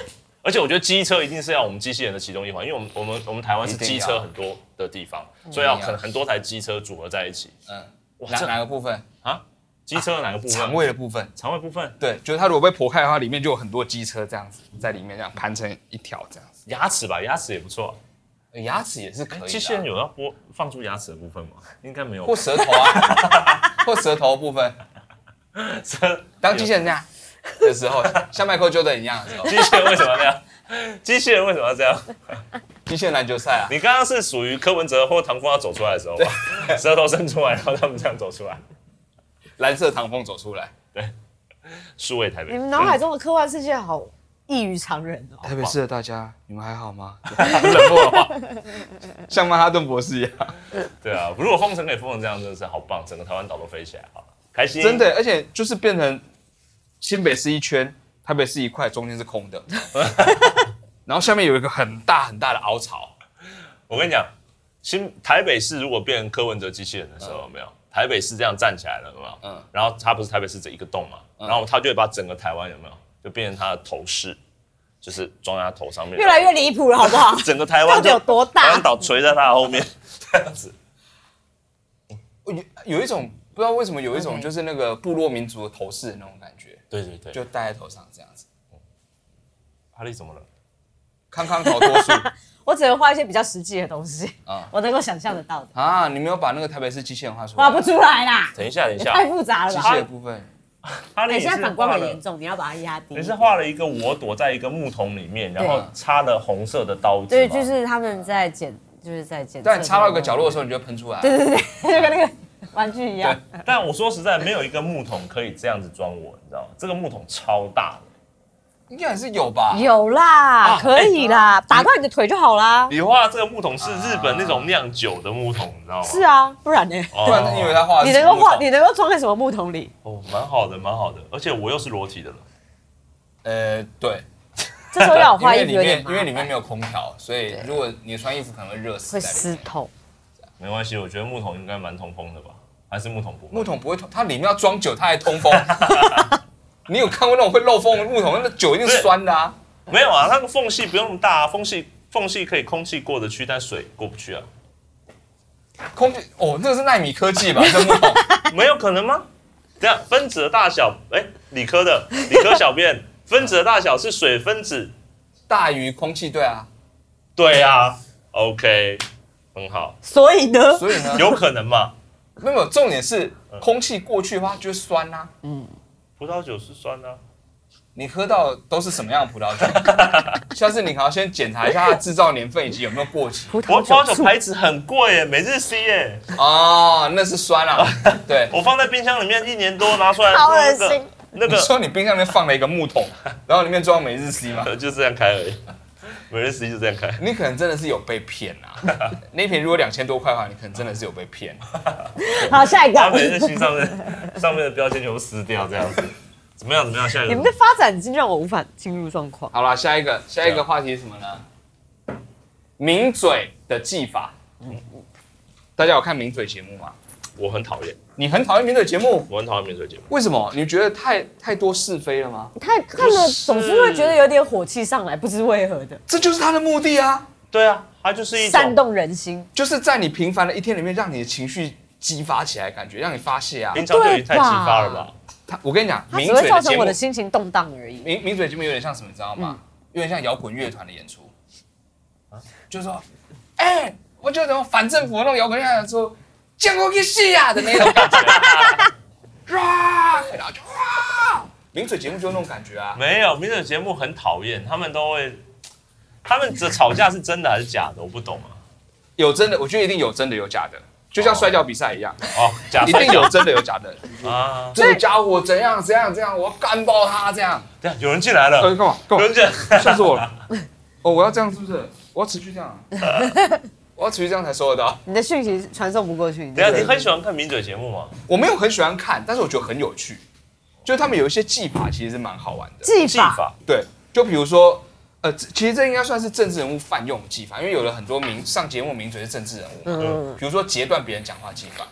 [SPEAKER 3] 而且我觉得机车一定是要我们机器人的其中一环，因为我们我们我们台湾是
[SPEAKER 1] 一定要嗯
[SPEAKER 3] 机车很多的地方，所以要
[SPEAKER 1] 一定要
[SPEAKER 3] 很很多台机车组合在一起。
[SPEAKER 1] 嗯，
[SPEAKER 3] 哇，
[SPEAKER 1] 哪
[SPEAKER 3] 这
[SPEAKER 1] 哪个部分？
[SPEAKER 3] 啊，机车的哪个部分？
[SPEAKER 1] 啊肠胃的部分，
[SPEAKER 3] 肠胃部分，
[SPEAKER 1] 对，就是它如果被剖开的话，里面就有很多机车这样子在里面这样盘成一条这样子，
[SPEAKER 3] 牙齿吧，牙齿也不错。啊
[SPEAKER 1] 牙齿也是可以的啊。
[SPEAKER 3] 哎机器人有要播放出牙齿的部分吗？应该没有吧
[SPEAKER 1] 或。舌头啊， 或舌头部分。当机器人这样的时候，像 Michael Jordan 一样的时候，
[SPEAKER 3] 机器人为什么要那样？机器人为什么要这样？
[SPEAKER 1] 极限篮球赛啊，
[SPEAKER 3] 你刚刚是属于柯文哲或唐风要走出来的时候吧， 舌头伸出来，然后他们这样走出来，
[SPEAKER 1] 蓝色唐风走出来，
[SPEAKER 3] 数位台北
[SPEAKER 2] 你。们脑海中的科幻世界好异于常人哦。
[SPEAKER 1] 特别适合大家，你们还好吗？ 冷漠的话，像曼哈顿博士一样，
[SPEAKER 3] 对啊，如果封城可以封成这样，真的是好棒，整个台湾岛都飞起来，好了开心。
[SPEAKER 1] 真，的，而且就是变成新北市一圈，台北市一块，中间是空的， 然后下面有一个很大很大的凹槽，
[SPEAKER 3] 我跟你讲，新台北市如果变柯文哲机器人的时候，有没有？台北市这样站起来了，有没有？
[SPEAKER 1] 嗯
[SPEAKER 3] 然后它不是台北市这一个洞嘛，然后它就会把整个台湾有没有，就变成它的头饰，就是装在它头上面，
[SPEAKER 2] 越来越离谱了，好 不好？
[SPEAKER 3] 整个台湾
[SPEAKER 2] 到底有多
[SPEAKER 3] 台
[SPEAKER 2] 大
[SPEAKER 3] 湾？岛垂在它的后面， 这样子。
[SPEAKER 1] 有有一种不知道为什么有一种
[SPEAKER 2] OK
[SPEAKER 1] 就是那个部落民族的头饰的那种感觉，
[SPEAKER 3] 对对对，就
[SPEAKER 1] 就戴在头上这样子，
[SPEAKER 3] 哈利怎么了？
[SPEAKER 1] 康康考多 数
[SPEAKER 2] 我只能画一些比较实际的东西，
[SPEAKER 1] 啊
[SPEAKER 2] 我能够想象得到的，
[SPEAKER 1] 啊！你没有把那个台北市机器人画出来，
[SPEAKER 2] 啊画不出来 啦，
[SPEAKER 3] 等一下，等一
[SPEAKER 2] 也
[SPEAKER 3] 下，
[SPEAKER 2] 太复杂了
[SPEAKER 1] 机
[SPEAKER 2] 吧
[SPEAKER 1] 械？的部分，
[SPEAKER 3] 哈
[SPEAKER 2] 哎，
[SPEAKER 3] 利
[SPEAKER 2] 现在反光很严
[SPEAKER 3] 重。
[SPEAKER 2] 重，你要把它压低
[SPEAKER 3] 你。是画了一个我躲在一个木桶里面，然后插了红色的刀子吗。
[SPEAKER 2] 对，就是他们在检，就是在检。
[SPEAKER 1] 但你插到一个角落的时候，你就喷出来。
[SPEAKER 2] 对，对对对，就 跟那个玩具一样。
[SPEAKER 3] 但我说实在，没有一个木桶可以这样子装我，你知道吗？这个木桶超大的。
[SPEAKER 1] 应该还是有吧？
[SPEAKER 2] 有啦，
[SPEAKER 1] 啊
[SPEAKER 2] 可以
[SPEAKER 1] 哎
[SPEAKER 2] 啦，打断你的腿就好啦。
[SPEAKER 3] 你画这个木桶是日本那种酿酒的木桶，你知道吗？
[SPEAKER 2] 是，啊，不然呢？
[SPEAKER 3] 哦
[SPEAKER 1] 不啊然你以为他画的
[SPEAKER 2] 你
[SPEAKER 1] 是
[SPEAKER 2] 能够
[SPEAKER 1] 木
[SPEAKER 2] 画，
[SPEAKER 1] 头？
[SPEAKER 2] 你能够装在什么木桶里？
[SPEAKER 3] 哦，蛮好的，蛮好的，而且我又是裸体的了。
[SPEAKER 1] 呃，对，
[SPEAKER 2] 这时候要 我
[SPEAKER 1] 因
[SPEAKER 2] 画
[SPEAKER 1] 为
[SPEAKER 2] 衣服
[SPEAKER 1] 里
[SPEAKER 2] 有点
[SPEAKER 1] 面
[SPEAKER 2] 麻
[SPEAKER 1] 因
[SPEAKER 2] 烦
[SPEAKER 1] 为里面没有空调，所以如果你穿衣服可能会热死。
[SPEAKER 2] 会湿。透。
[SPEAKER 3] 没关系，我觉得木桶应该蛮通风的吧？还是木桶不会？
[SPEAKER 1] 木桶不会通，它里面要装酒，它还通风。 你有看过那种会漏风的木桶？那酒一定是酸的啊！
[SPEAKER 3] 没有啊，那个缝隙不用那么大、啊，缝隙缝隙可以空气过得去，但水过不去啊。
[SPEAKER 1] 空气哦，那个是纳米科技吧？这木桶
[SPEAKER 3] 没有可能吗？这样分子的大小，哎、理科的理科小便， 分子的大小是水分子。
[SPEAKER 1] 大于空气，对啊。
[SPEAKER 3] 对啊，OK，很好，
[SPEAKER 2] 所以呢，
[SPEAKER 1] 所以呢，
[SPEAKER 3] 有嗯可能嘛？
[SPEAKER 1] 没有重点是空气过去的话就会酸啊。
[SPEAKER 3] 葡萄酒是酸的、啊，
[SPEAKER 1] 你喝到都是什么样的葡萄酒？ 下次你可能要先检查一下它的制造年份以及有没有过期。
[SPEAKER 2] 葡
[SPEAKER 3] 我
[SPEAKER 2] 萄
[SPEAKER 3] 葡萄
[SPEAKER 2] 酒
[SPEAKER 3] 酒
[SPEAKER 2] 醋
[SPEAKER 3] 牌子很贵耶，每日 C 耶，
[SPEAKER 1] 哦，那是酸啊。对，
[SPEAKER 3] 我放在冰箱里面一年多，拿出来
[SPEAKER 2] 好恶
[SPEAKER 3] 那个
[SPEAKER 2] 心。
[SPEAKER 3] 那
[SPEAKER 1] 你
[SPEAKER 3] 个
[SPEAKER 1] 说你冰箱里面放了一个木桶，然后里面装每日 C 吗？
[SPEAKER 3] 就这样开而已，每日 C 就这样开。
[SPEAKER 1] 你可能真的是有被骗啊！那一瓶如果两千多块的话，你可能真的是有被骗。
[SPEAKER 2] 好，下一
[SPEAKER 3] 然后每日
[SPEAKER 2] 个。
[SPEAKER 3] C 上面 上面的标签全部撕掉，这样子，怎么样？怎么样？下一
[SPEAKER 2] 你们
[SPEAKER 3] 个
[SPEAKER 2] 的发展已经让我无法进入状况。
[SPEAKER 1] 好啦，下一个下一个话题是什么呢？抿嘴的技法。大家有看抿嘴节目吗？
[SPEAKER 3] 我很讨厌，
[SPEAKER 1] 你很讨厌抿嘴节目，
[SPEAKER 3] 我很讨厌免税节目。
[SPEAKER 1] 为什么？你觉得太太多是非了吗？
[SPEAKER 2] 看看了总是会觉得有点火气上来，不知为何的，
[SPEAKER 1] 这就是他的目的啊，
[SPEAKER 3] 对啊，它就是一
[SPEAKER 2] 煽
[SPEAKER 3] 种
[SPEAKER 2] 动人心。
[SPEAKER 1] 就是在你平凡的一天里面，让你的情绪激发起来，感觉让你发泄啊。
[SPEAKER 3] 平常就已经太激发了吧？
[SPEAKER 1] 他，我跟你讲，
[SPEAKER 2] 它
[SPEAKER 1] 抿
[SPEAKER 2] 只会
[SPEAKER 1] 嘴
[SPEAKER 2] 造
[SPEAKER 1] 的
[SPEAKER 2] 成
[SPEAKER 1] 节
[SPEAKER 2] 我
[SPEAKER 1] 目
[SPEAKER 2] 的，心嗯情动荡而已。
[SPEAKER 1] 抿抿嘴节目有点像什么，你知道吗？有点像摇滚乐团的演出，就是说，哎、我就那种反政府那种摇滚乐团演出，见过去戏啊的那种感觉， 啊然后就哇，抿嘴节目就那种感觉啊。
[SPEAKER 3] 没有，民选节目很讨厌，他们都会，他们这吵架是真的还是假的？我不懂啊。
[SPEAKER 1] 有真的，我觉得一定有真的有假的，就像摔跤比赛一样，
[SPEAKER 3] 哦，假
[SPEAKER 1] 一
[SPEAKER 3] 摔
[SPEAKER 1] 定
[SPEAKER 3] 跤
[SPEAKER 1] 有真的有假的。
[SPEAKER 3] 啊！
[SPEAKER 1] 这个家伙怎样怎样怎样，我要干爆他这样。
[SPEAKER 3] 这样有人进来了
[SPEAKER 1] 呃，，干嘛干
[SPEAKER 3] 有
[SPEAKER 1] 嘛
[SPEAKER 3] 人？进来，
[SPEAKER 1] 吓死我 了！哦，我要这样是不是？我要持续这样 啊、我要持续这样才收得到。
[SPEAKER 2] 你的讯息传送不过去，你
[SPEAKER 3] 等一
[SPEAKER 2] 的
[SPEAKER 3] 下啊你很喜欢看名嘴节目 吗？
[SPEAKER 1] 我没有很喜欢看，但是我觉得很有趣，就是他们有一些技法其实是蛮好玩的。
[SPEAKER 2] 技
[SPEAKER 3] 技
[SPEAKER 2] 法
[SPEAKER 3] 法
[SPEAKER 1] 对，就比如说，呃，这其实这应该算是政治人物泛用的技法，因为有了很多名上节目名嘴是政治人物嘛，
[SPEAKER 2] 嗯，
[SPEAKER 1] 比如说截断别人讲话技法，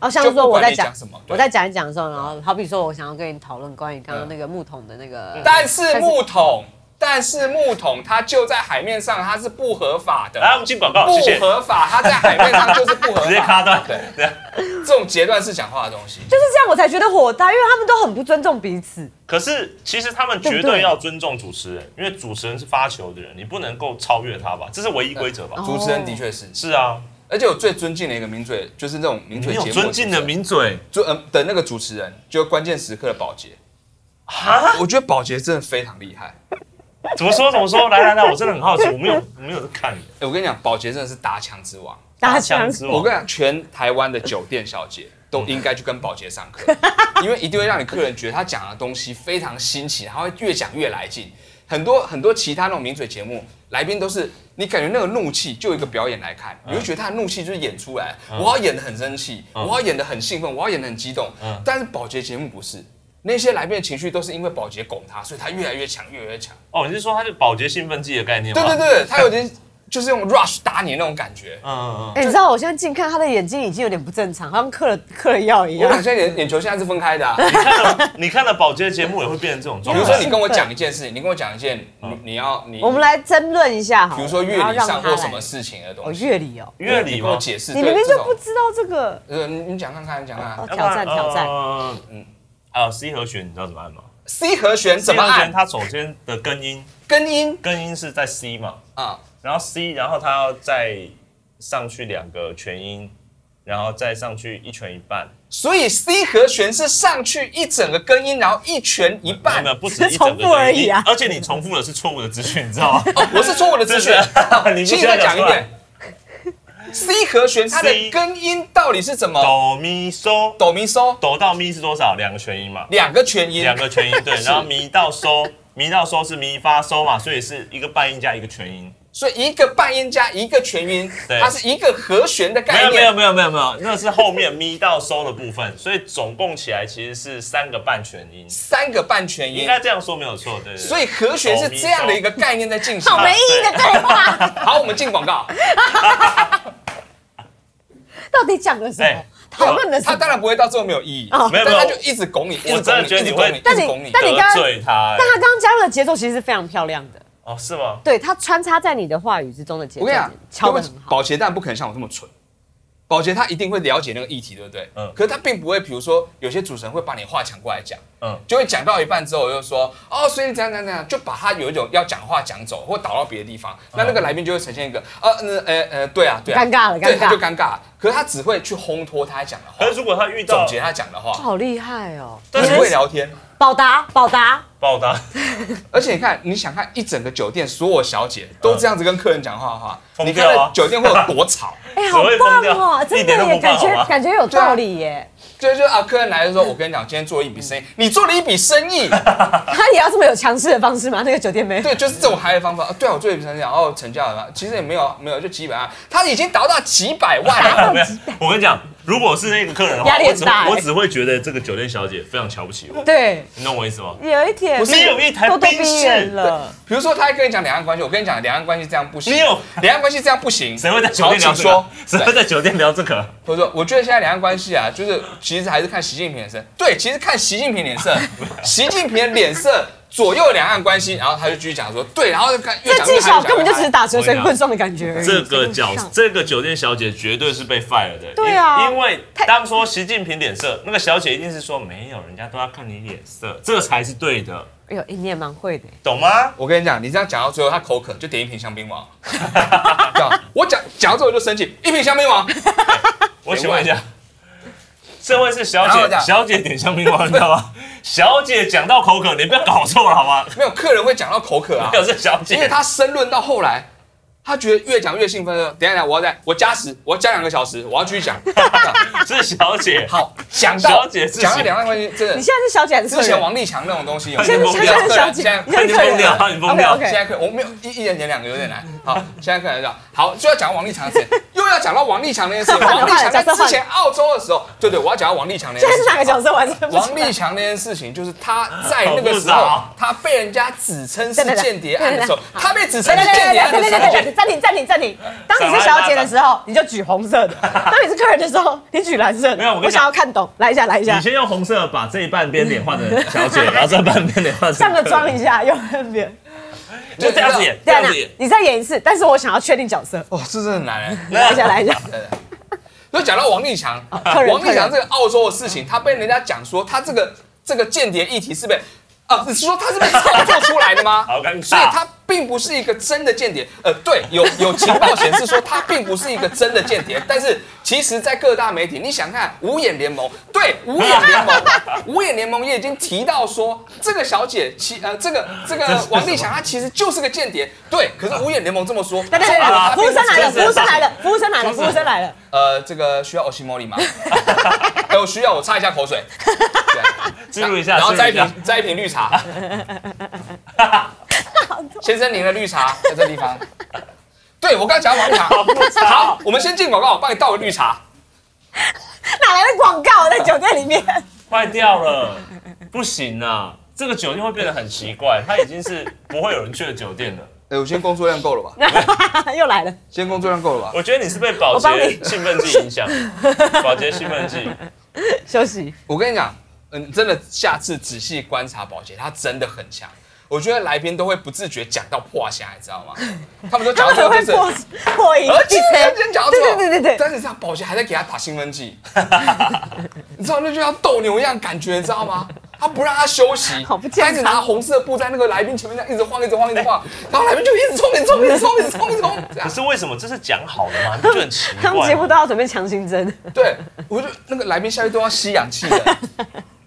[SPEAKER 2] 哦，像
[SPEAKER 1] 就是不
[SPEAKER 2] 说我
[SPEAKER 1] 管
[SPEAKER 2] 在
[SPEAKER 1] 你
[SPEAKER 2] 讲
[SPEAKER 1] 讲，什么，对
[SPEAKER 2] 我在讲一讲的时候，然后好比说，我想要跟你讨论关于刚刚那个木桶的那个，
[SPEAKER 1] 但是木桶，但是木桶它就在海面上，它是不合法的。
[SPEAKER 3] 来，我们进广告，谢谢
[SPEAKER 1] 不。合法，它在海面上就是不合法。
[SPEAKER 3] 直接卡断，
[SPEAKER 1] 对，
[SPEAKER 3] 对。
[SPEAKER 1] 这种截断式讲话的东西。
[SPEAKER 2] 就是这样，我才觉得火大，因为他们都很不尊重彼此。
[SPEAKER 3] 可是其实他们
[SPEAKER 2] 对
[SPEAKER 3] 绝
[SPEAKER 2] 不对
[SPEAKER 3] 对要尊重主持人，因为主持人是发球的人，你不能够超越他吧？这是唯一规则吧？
[SPEAKER 1] 主持人的确是，
[SPEAKER 3] 是啊，
[SPEAKER 1] 而且我最尊敬的一个名嘴，就是那种名
[SPEAKER 3] 你
[SPEAKER 1] 嘴
[SPEAKER 3] 有
[SPEAKER 1] 节目
[SPEAKER 3] 尊敬的
[SPEAKER 1] 主持人
[SPEAKER 3] 名嘴
[SPEAKER 1] 就呃的那个主持人，就关键时刻的保洁。
[SPEAKER 3] 啊？
[SPEAKER 1] 我觉得保洁真的非常厉害，
[SPEAKER 3] 怎么说怎么说？来来来，我真的很好奇，我 没有我没有在看的。
[SPEAKER 1] 哎，我跟你讲，保洁真的是打枪之王。
[SPEAKER 2] 打
[SPEAKER 3] 枪
[SPEAKER 2] 枪
[SPEAKER 3] 之
[SPEAKER 1] 我
[SPEAKER 3] 王
[SPEAKER 1] 跟，你讲，全台湾的酒店小姐都应该去跟保洁上课，因为一定会让你客人觉得他讲的东西非常新奇，他会越讲越来劲。很多很多其他那种名嘴节目，来宾都是你感觉那个怒气就有一个表演来看，你会觉得他的怒气就是演出来，我要演的很生气，我要演的很兴奋，我要演的很激动
[SPEAKER 3] 嗯。
[SPEAKER 1] 但是保洁节目不是，那些来宾的情绪都是因为保洁拱他，所以他越来越强，越来越强。
[SPEAKER 3] 哦，你是说它是保洁兴奋剂的概念吗？
[SPEAKER 1] 对对，对，他有点就是用 rush 打你那种感觉。
[SPEAKER 3] 嗯嗯嗯，
[SPEAKER 2] 哎、你知道我现在近看他的眼睛已经有点不正常，好像嗑了嗑了药一
[SPEAKER 1] 我
[SPEAKER 2] 样
[SPEAKER 1] 两。现在眼眼球现在是分开的、啊。
[SPEAKER 3] 你看了嗯你看了保洁节目也会变成这种
[SPEAKER 1] 比
[SPEAKER 3] 状态。
[SPEAKER 1] 如说你跟我讲一件事情，你跟我讲一件，
[SPEAKER 3] 嗯
[SPEAKER 1] 你你要你，
[SPEAKER 2] 我们，来争论一下好了，
[SPEAKER 1] 比如说乐
[SPEAKER 2] 然后
[SPEAKER 1] 理
[SPEAKER 2] 让
[SPEAKER 1] 上
[SPEAKER 2] 他
[SPEAKER 1] 或
[SPEAKER 2] 来
[SPEAKER 1] 什么事情的
[SPEAKER 2] 哦，
[SPEAKER 1] 东西，
[SPEAKER 2] 乐理哦，
[SPEAKER 3] 乐理
[SPEAKER 1] 你跟我
[SPEAKER 3] 吗？
[SPEAKER 1] 解释，
[SPEAKER 2] 你
[SPEAKER 1] 对
[SPEAKER 2] 明明
[SPEAKER 1] 这
[SPEAKER 2] 就
[SPEAKER 1] 种
[SPEAKER 2] 不知道这个
[SPEAKER 1] 呃，你你讲看看，你讲看看
[SPEAKER 2] 哦挑战挑战
[SPEAKER 3] 嗯
[SPEAKER 1] 嗯
[SPEAKER 3] 嗯，还有 C 和弦，你知道怎么按吗
[SPEAKER 1] C 和弦怎么
[SPEAKER 3] C 和弦
[SPEAKER 1] 按？
[SPEAKER 3] 它首先的根音，
[SPEAKER 1] 根音
[SPEAKER 3] 根音是在 C 嘛，
[SPEAKER 1] 啊，
[SPEAKER 3] 然后 C，然后它要再上去两个全音，然后再上去一拳一半，
[SPEAKER 1] 所以 C 和弦是上去一整个根音，然后一拳一
[SPEAKER 3] 没有
[SPEAKER 1] 半
[SPEAKER 3] 没。有，不止一整 个
[SPEAKER 2] 重复而已啊
[SPEAKER 3] 你而且你重复的是错误的资讯，你 知道吗？
[SPEAKER 1] 哦我是错误的资讯，
[SPEAKER 3] 你不
[SPEAKER 1] 请你
[SPEAKER 3] 需要
[SPEAKER 1] 再讲一
[SPEAKER 3] 出来
[SPEAKER 1] 遍。。C 和弦它的
[SPEAKER 3] C
[SPEAKER 1] 根音到底是怎么？
[SPEAKER 3] 哆咪嗦，
[SPEAKER 1] 哆咪嗦
[SPEAKER 3] 哆到咪是多少？两个全音嘛，
[SPEAKER 1] 两个全音，
[SPEAKER 3] 两个全音 对，然后咪到嗦，咪到嗦是咪发嗦嘛，所以是一个半音加一个 全音。
[SPEAKER 1] 所以一个半音加一个全音，
[SPEAKER 3] 对
[SPEAKER 1] 它是一个和弦的
[SPEAKER 3] 没
[SPEAKER 2] 哎
[SPEAKER 1] 概
[SPEAKER 3] 有没有
[SPEAKER 1] 念。
[SPEAKER 3] 没有没有没有，那是后面咪到收的部分，所以总共起来其实是三个半全音，
[SPEAKER 1] 三个半全音
[SPEAKER 3] 应，该这样说没有错，对。
[SPEAKER 1] 所以和弦是这样的一个概念在进行。
[SPEAKER 2] 好没意义的对话，
[SPEAKER 1] 好，我们进广告。
[SPEAKER 2] 到底讲了什么
[SPEAKER 3] 哎？
[SPEAKER 2] 讨论的什
[SPEAKER 1] 他
[SPEAKER 2] 么？
[SPEAKER 1] 当然不会到最后没有意义，
[SPEAKER 2] 哦
[SPEAKER 3] 没有没
[SPEAKER 1] 但
[SPEAKER 3] 有
[SPEAKER 1] 他就一直拱你，一直
[SPEAKER 3] 我
[SPEAKER 1] 拱
[SPEAKER 3] 真的
[SPEAKER 1] 你，
[SPEAKER 3] 觉得
[SPEAKER 1] 一
[SPEAKER 3] 你
[SPEAKER 1] 直
[SPEAKER 3] 会
[SPEAKER 1] 拱你，一直拱你
[SPEAKER 2] 但。
[SPEAKER 3] 得
[SPEAKER 2] 你刚刚
[SPEAKER 3] 罪他、
[SPEAKER 2] 但他刚
[SPEAKER 3] 欸，
[SPEAKER 2] 刚加入的节奏其实是非常漂亮的，
[SPEAKER 3] 哦是吗？
[SPEAKER 2] 对他穿插在你的话语之中的节
[SPEAKER 1] 我
[SPEAKER 2] 奏
[SPEAKER 1] 跟你讲，
[SPEAKER 2] 敲
[SPEAKER 1] 因为
[SPEAKER 2] 的很好。
[SPEAKER 1] 保洁蛋不可能像我这么蠢。保洁他一定会了解那个议题，对不对？
[SPEAKER 3] 嗯
[SPEAKER 1] 可是他并不会，比如说有些主持人会把你话抢过来讲，
[SPEAKER 3] 嗯
[SPEAKER 1] 就会讲到一半之后又说哦，所以怎样怎样怎样，就把他有一种要讲话讲走或导到别的地方，那那个来宾就会呈现一个呃呃呃呃，对啊对啊，
[SPEAKER 2] 尴尬了
[SPEAKER 1] 对
[SPEAKER 2] 尴尬
[SPEAKER 1] 他就尴尬了。可是他只会去烘托他讲的话
[SPEAKER 3] 可，是如果他遇到
[SPEAKER 1] 总结他讲的话，
[SPEAKER 2] 好厉害哦！
[SPEAKER 3] 但
[SPEAKER 1] 只
[SPEAKER 3] 是
[SPEAKER 1] 会聊天。
[SPEAKER 2] 宝达，宝达，
[SPEAKER 3] 报答，
[SPEAKER 1] 而且你看，你想看一整个酒店所有小姐都这样子跟客人讲话的话，
[SPEAKER 3] 疯
[SPEAKER 1] 你
[SPEAKER 3] 掉
[SPEAKER 1] 看
[SPEAKER 3] 啊
[SPEAKER 1] 那酒店会有多 吵？
[SPEAKER 2] 哎，
[SPEAKER 3] 所
[SPEAKER 2] 好
[SPEAKER 3] 谓
[SPEAKER 2] 棒
[SPEAKER 3] 疯掉
[SPEAKER 2] 哦！真
[SPEAKER 3] 一点都
[SPEAKER 2] 的耶，
[SPEAKER 3] 不棒
[SPEAKER 2] 感
[SPEAKER 3] 好吗
[SPEAKER 2] 觉感觉有道理耶。
[SPEAKER 1] 就是啊，客人来的时候，我跟你讲，今天做了一笔生意，你做了一笔生意，
[SPEAKER 2] 他也要这么有强势的方式吗？那个酒店没有。
[SPEAKER 1] 对，就是这种嗨的方法。啊对啊，我做了一笔生意，然后成交了，其实也没有没有，就几百万，他已经达到几百万了。
[SPEAKER 3] 没有，我跟你讲，如果是那个客人的话，
[SPEAKER 2] 压力
[SPEAKER 3] 我
[SPEAKER 2] 很
[SPEAKER 3] 只
[SPEAKER 2] 大欸
[SPEAKER 3] 会我只会觉得这个酒店小姐非常瞧不起我，
[SPEAKER 2] 对，
[SPEAKER 3] 你懂我意思吗？
[SPEAKER 2] 有一点
[SPEAKER 3] 不是有一台
[SPEAKER 2] 咄咄
[SPEAKER 3] 冰
[SPEAKER 2] 逼
[SPEAKER 3] 室
[SPEAKER 2] 人了。
[SPEAKER 1] 比如说，他还跟你讲两岸关系，我跟你讲，两岸关系这样不行。
[SPEAKER 3] 你有
[SPEAKER 1] 两岸关系这样不行，
[SPEAKER 3] 谁会在酒
[SPEAKER 1] 好
[SPEAKER 3] 店聊
[SPEAKER 1] 请
[SPEAKER 3] 这个
[SPEAKER 1] 说？？
[SPEAKER 3] 谁会在酒店聊这个？
[SPEAKER 1] 我说，我觉得现在两岸关系啊，就是其实还是看习近平脸色。对，其实看习近平脸 色，习近平的脸色左右两岸关系。然后他就继续讲说，对，然后就看越
[SPEAKER 2] 这
[SPEAKER 1] 讲越
[SPEAKER 2] 技巧
[SPEAKER 1] 嗨，
[SPEAKER 2] 根本就只是打蛇随
[SPEAKER 3] 我跟
[SPEAKER 2] 棍上的感觉而已。
[SPEAKER 3] 这个角
[SPEAKER 2] 跟不上
[SPEAKER 3] 这个酒店小姐绝对是被 fire 的，
[SPEAKER 2] 嗯对啊
[SPEAKER 3] 因因为当说习近平脸色，那个小姐一定是说没有，人家都要看你脸色，这才是对的，
[SPEAKER 2] 哎呦，哎你也蛮会的。
[SPEAKER 3] 懂吗？
[SPEAKER 1] 我跟你讲，你这样讲到最后，他口渴就点一瓶香槟王。 这样我讲讲到最后就生气，一瓶香槟王。
[SPEAKER 3] 我请问一下，这位是小
[SPEAKER 1] 然后这
[SPEAKER 3] 姐，
[SPEAKER 1] 样
[SPEAKER 3] 小姐点香槟王，你知道吗？小姐讲到口渴，你不要搞错了好吗？
[SPEAKER 1] 没有客人会讲到口渴啊
[SPEAKER 3] 没，有这小姐，
[SPEAKER 1] 因为他申论到后来，他觉得越讲越兴奋了。等一下，我要再我加时，我要加两个小时，我要继续讲。这样
[SPEAKER 3] 是小姐，
[SPEAKER 1] 好，讲到
[SPEAKER 3] 小姐自己
[SPEAKER 1] 讲到两岸关系，真的
[SPEAKER 2] 你现在是小姐还是
[SPEAKER 1] 之
[SPEAKER 2] 客
[SPEAKER 1] 前
[SPEAKER 2] 人？
[SPEAKER 1] 王立强那种东西有没有，
[SPEAKER 3] 现在
[SPEAKER 1] 疯
[SPEAKER 3] 现在
[SPEAKER 1] 掉
[SPEAKER 3] 是
[SPEAKER 1] 对
[SPEAKER 2] 小姐
[SPEAKER 1] 现在
[SPEAKER 2] 现在
[SPEAKER 3] 你疯掉，你疯掉
[SPEAKER 2] OK，OK
[SPEAKER 1] 现在可以，我没有一一人演两个有点难。好，现在可能到好，就要讲到王立强的事情，又要讲到王立强那件事情。王立强在之前澳洲的时候，对对，我要讲到王立强那件
[SPEAKER 2] 现
[SPEAKER 1] 事
[SPEAKER 2] 在是
[SPEAKER 1] 情。
[SPEAKER 2] 哪个角色？我还真不
[SPEAKER 1] 王
[SPEAKER 2] 知道
[SPEAKER 1] 立。强那件事情，就是他在那个时
[SPEAKER 3] 好复杂
[SPEAKER 1] 候
[SPEAKER 3] 哦，
[SPEAKER 1] 他被人家指称是间谍案的时候，他被指称
[SPEAKER 2] 对
[SPEAKER 1] 是
[SPEAKER 2] 对
[SPEAKER 1] 间谍案
[SPEAKER 2] 对
[SPEAKER 1] 的时
[SPEAKER 2] 对对对
[SPEAKER 1] 候，
[SPEAKER 2] 对，暂停暂停暂停。当你是小姐的时候，你就举红色的；当你是客人的时候，你举蓝色的。
[SPEAKER 3] 没有我跟你讲
[SPEAKER 2] 想要看懂，来一下来一下
[SPEAKER 3] 你，先用红色把这一半边脸画成小 姐，然后这半边脸画成
[SPEAKER 2] 上个妆
[SPEAKER 3] 客
[SPEAKER 2] 一下，右半边。
[SPEAKER 3] 人，就这样子演，这
[SPEAKER 2] 对
[SPEAKER 3] 样
[SPEAKER 2] 啊
[SPEAKER 3] 子演，，
[SPEAKER 2] 你再演一次，但是我想要确定角色。
[SPEAKER 1] 哇，这真的很难欸。
[SPEAKER 2] 来一下来一下，
[SPEAKER 1] 就讲到王立强，
[SPEAKER 2] 哦客人
[SPEAKER 1] 王立强这个澳洲的事情，他被人家讲说他这 个这个间谍议题是被啊，你是说他是被操作出来的吗？
[SPEAKER 3] 好尴尬
[SPEAKER 1] 所以他必并不是一个真的间谍。呃，对，有有情报显示说他并不是一个真的间谍， 但是其实，在各大媒体，你想看五眼联盟，对五眼联 盟，五眼联盟也已经提到说，这个小姐其呃，这个这个王立强他其实就是个间谍，对。可是五眼联盟这么说，
[SPEAKER 2] 等等等
[SPEAKER 1] 说
[SPEAKER 2] 等，
[SPEAKER 1] 他
[SPEAKER 2] 服务生来了，
[SPEAKER 3] 这
[SPEAKER 2] 服务
[SPEAKER 3] 是
[SPEAKER 2] 生来了，服务生来了，服务生来了。
[SPEAKER 1] 呃，这个需要 Oshimori 吗？ 呃我需要，我擦一下 口水。对
[SPEAKER 3] 记录一下
[SPEAKER 1] 然后
[SPEAKER 3] 记录
[SPEAKER 1] 再一
[SPEAKER 3] 一下
[SPEAKER 1] 瓶再一瓶绿 茶。先生，您的绿茶 在这地方。对，我刚讲完绿茶。好，我们先进广告，我帮你倒个绿茶。
[SPEAKER 2] 哪来的广告在酒店里面？
[SPEAKER 3] 坏掉了，不行啊！这个酒店会变得很奇怪，它已经是不会有人去的酒店了。
[SPEAKER 1] 哎，我今天工作量够了 吧？
[SPEAKER 2] 又来了，
[SPEAKER 1] 今天工作量够了吧？
[SPEAKER 3] 我觉得你是被保
[SPEAKER 2] 我帮
[SPEAKER 3] 洁
[SPEAKER 2] 你
[SPEAKER 3] 兴奋剂 影响，保洁兴奋剂。
[SPEAKER 2] 休息。
[SPEAKER 1] 我跟你讲，嗯，真的，下次仔细观察宝洁，他真的很强。我觉得来宾都会不自觉讲到破虾，你知道吗？他们都讲
[SPEAKER 2] 他
[SPEAKER 1] 到最
[SPEAKER 2] 们
[SPEAKER 1] 后
[SPEAKER 2] 会
[SPEAKER 1] 就是
[SPEAKER 2] 破破音，
[SPEAKER 1] 而且
[SPEAKER 2] 一
[SPEAKER 1] 他
[SPEAKER 2] 吹
[SPEAKER 1] 今天讲到这
[SPEAKER 2] 对
[SPEAKER 1] 种，
[SPEAKER 2] 对对对对，
[SPEAKER 1] 但是这样保洁还在给他打兴奋剂， 你知道那就像斗牛一样感觉，你知道吗？他不让他休息，
[SPEAKER 2] 好不健
[SPEAKER 1] 他一直拿红色布在那个来宾前面这样一直晃，一直晃，一直晃，然后来宾就一直冲，一直冲，一直冲，一直冲，一直冲，这样
[SPEAKER 3] 可是为什么这是讲好的吗？你不觉得很奇怪吗？
[SPEAKER 2] 他们节目都要准备强心针，
[SPEAKER 1] 对，我就那个来宾下去都要吸氧气的，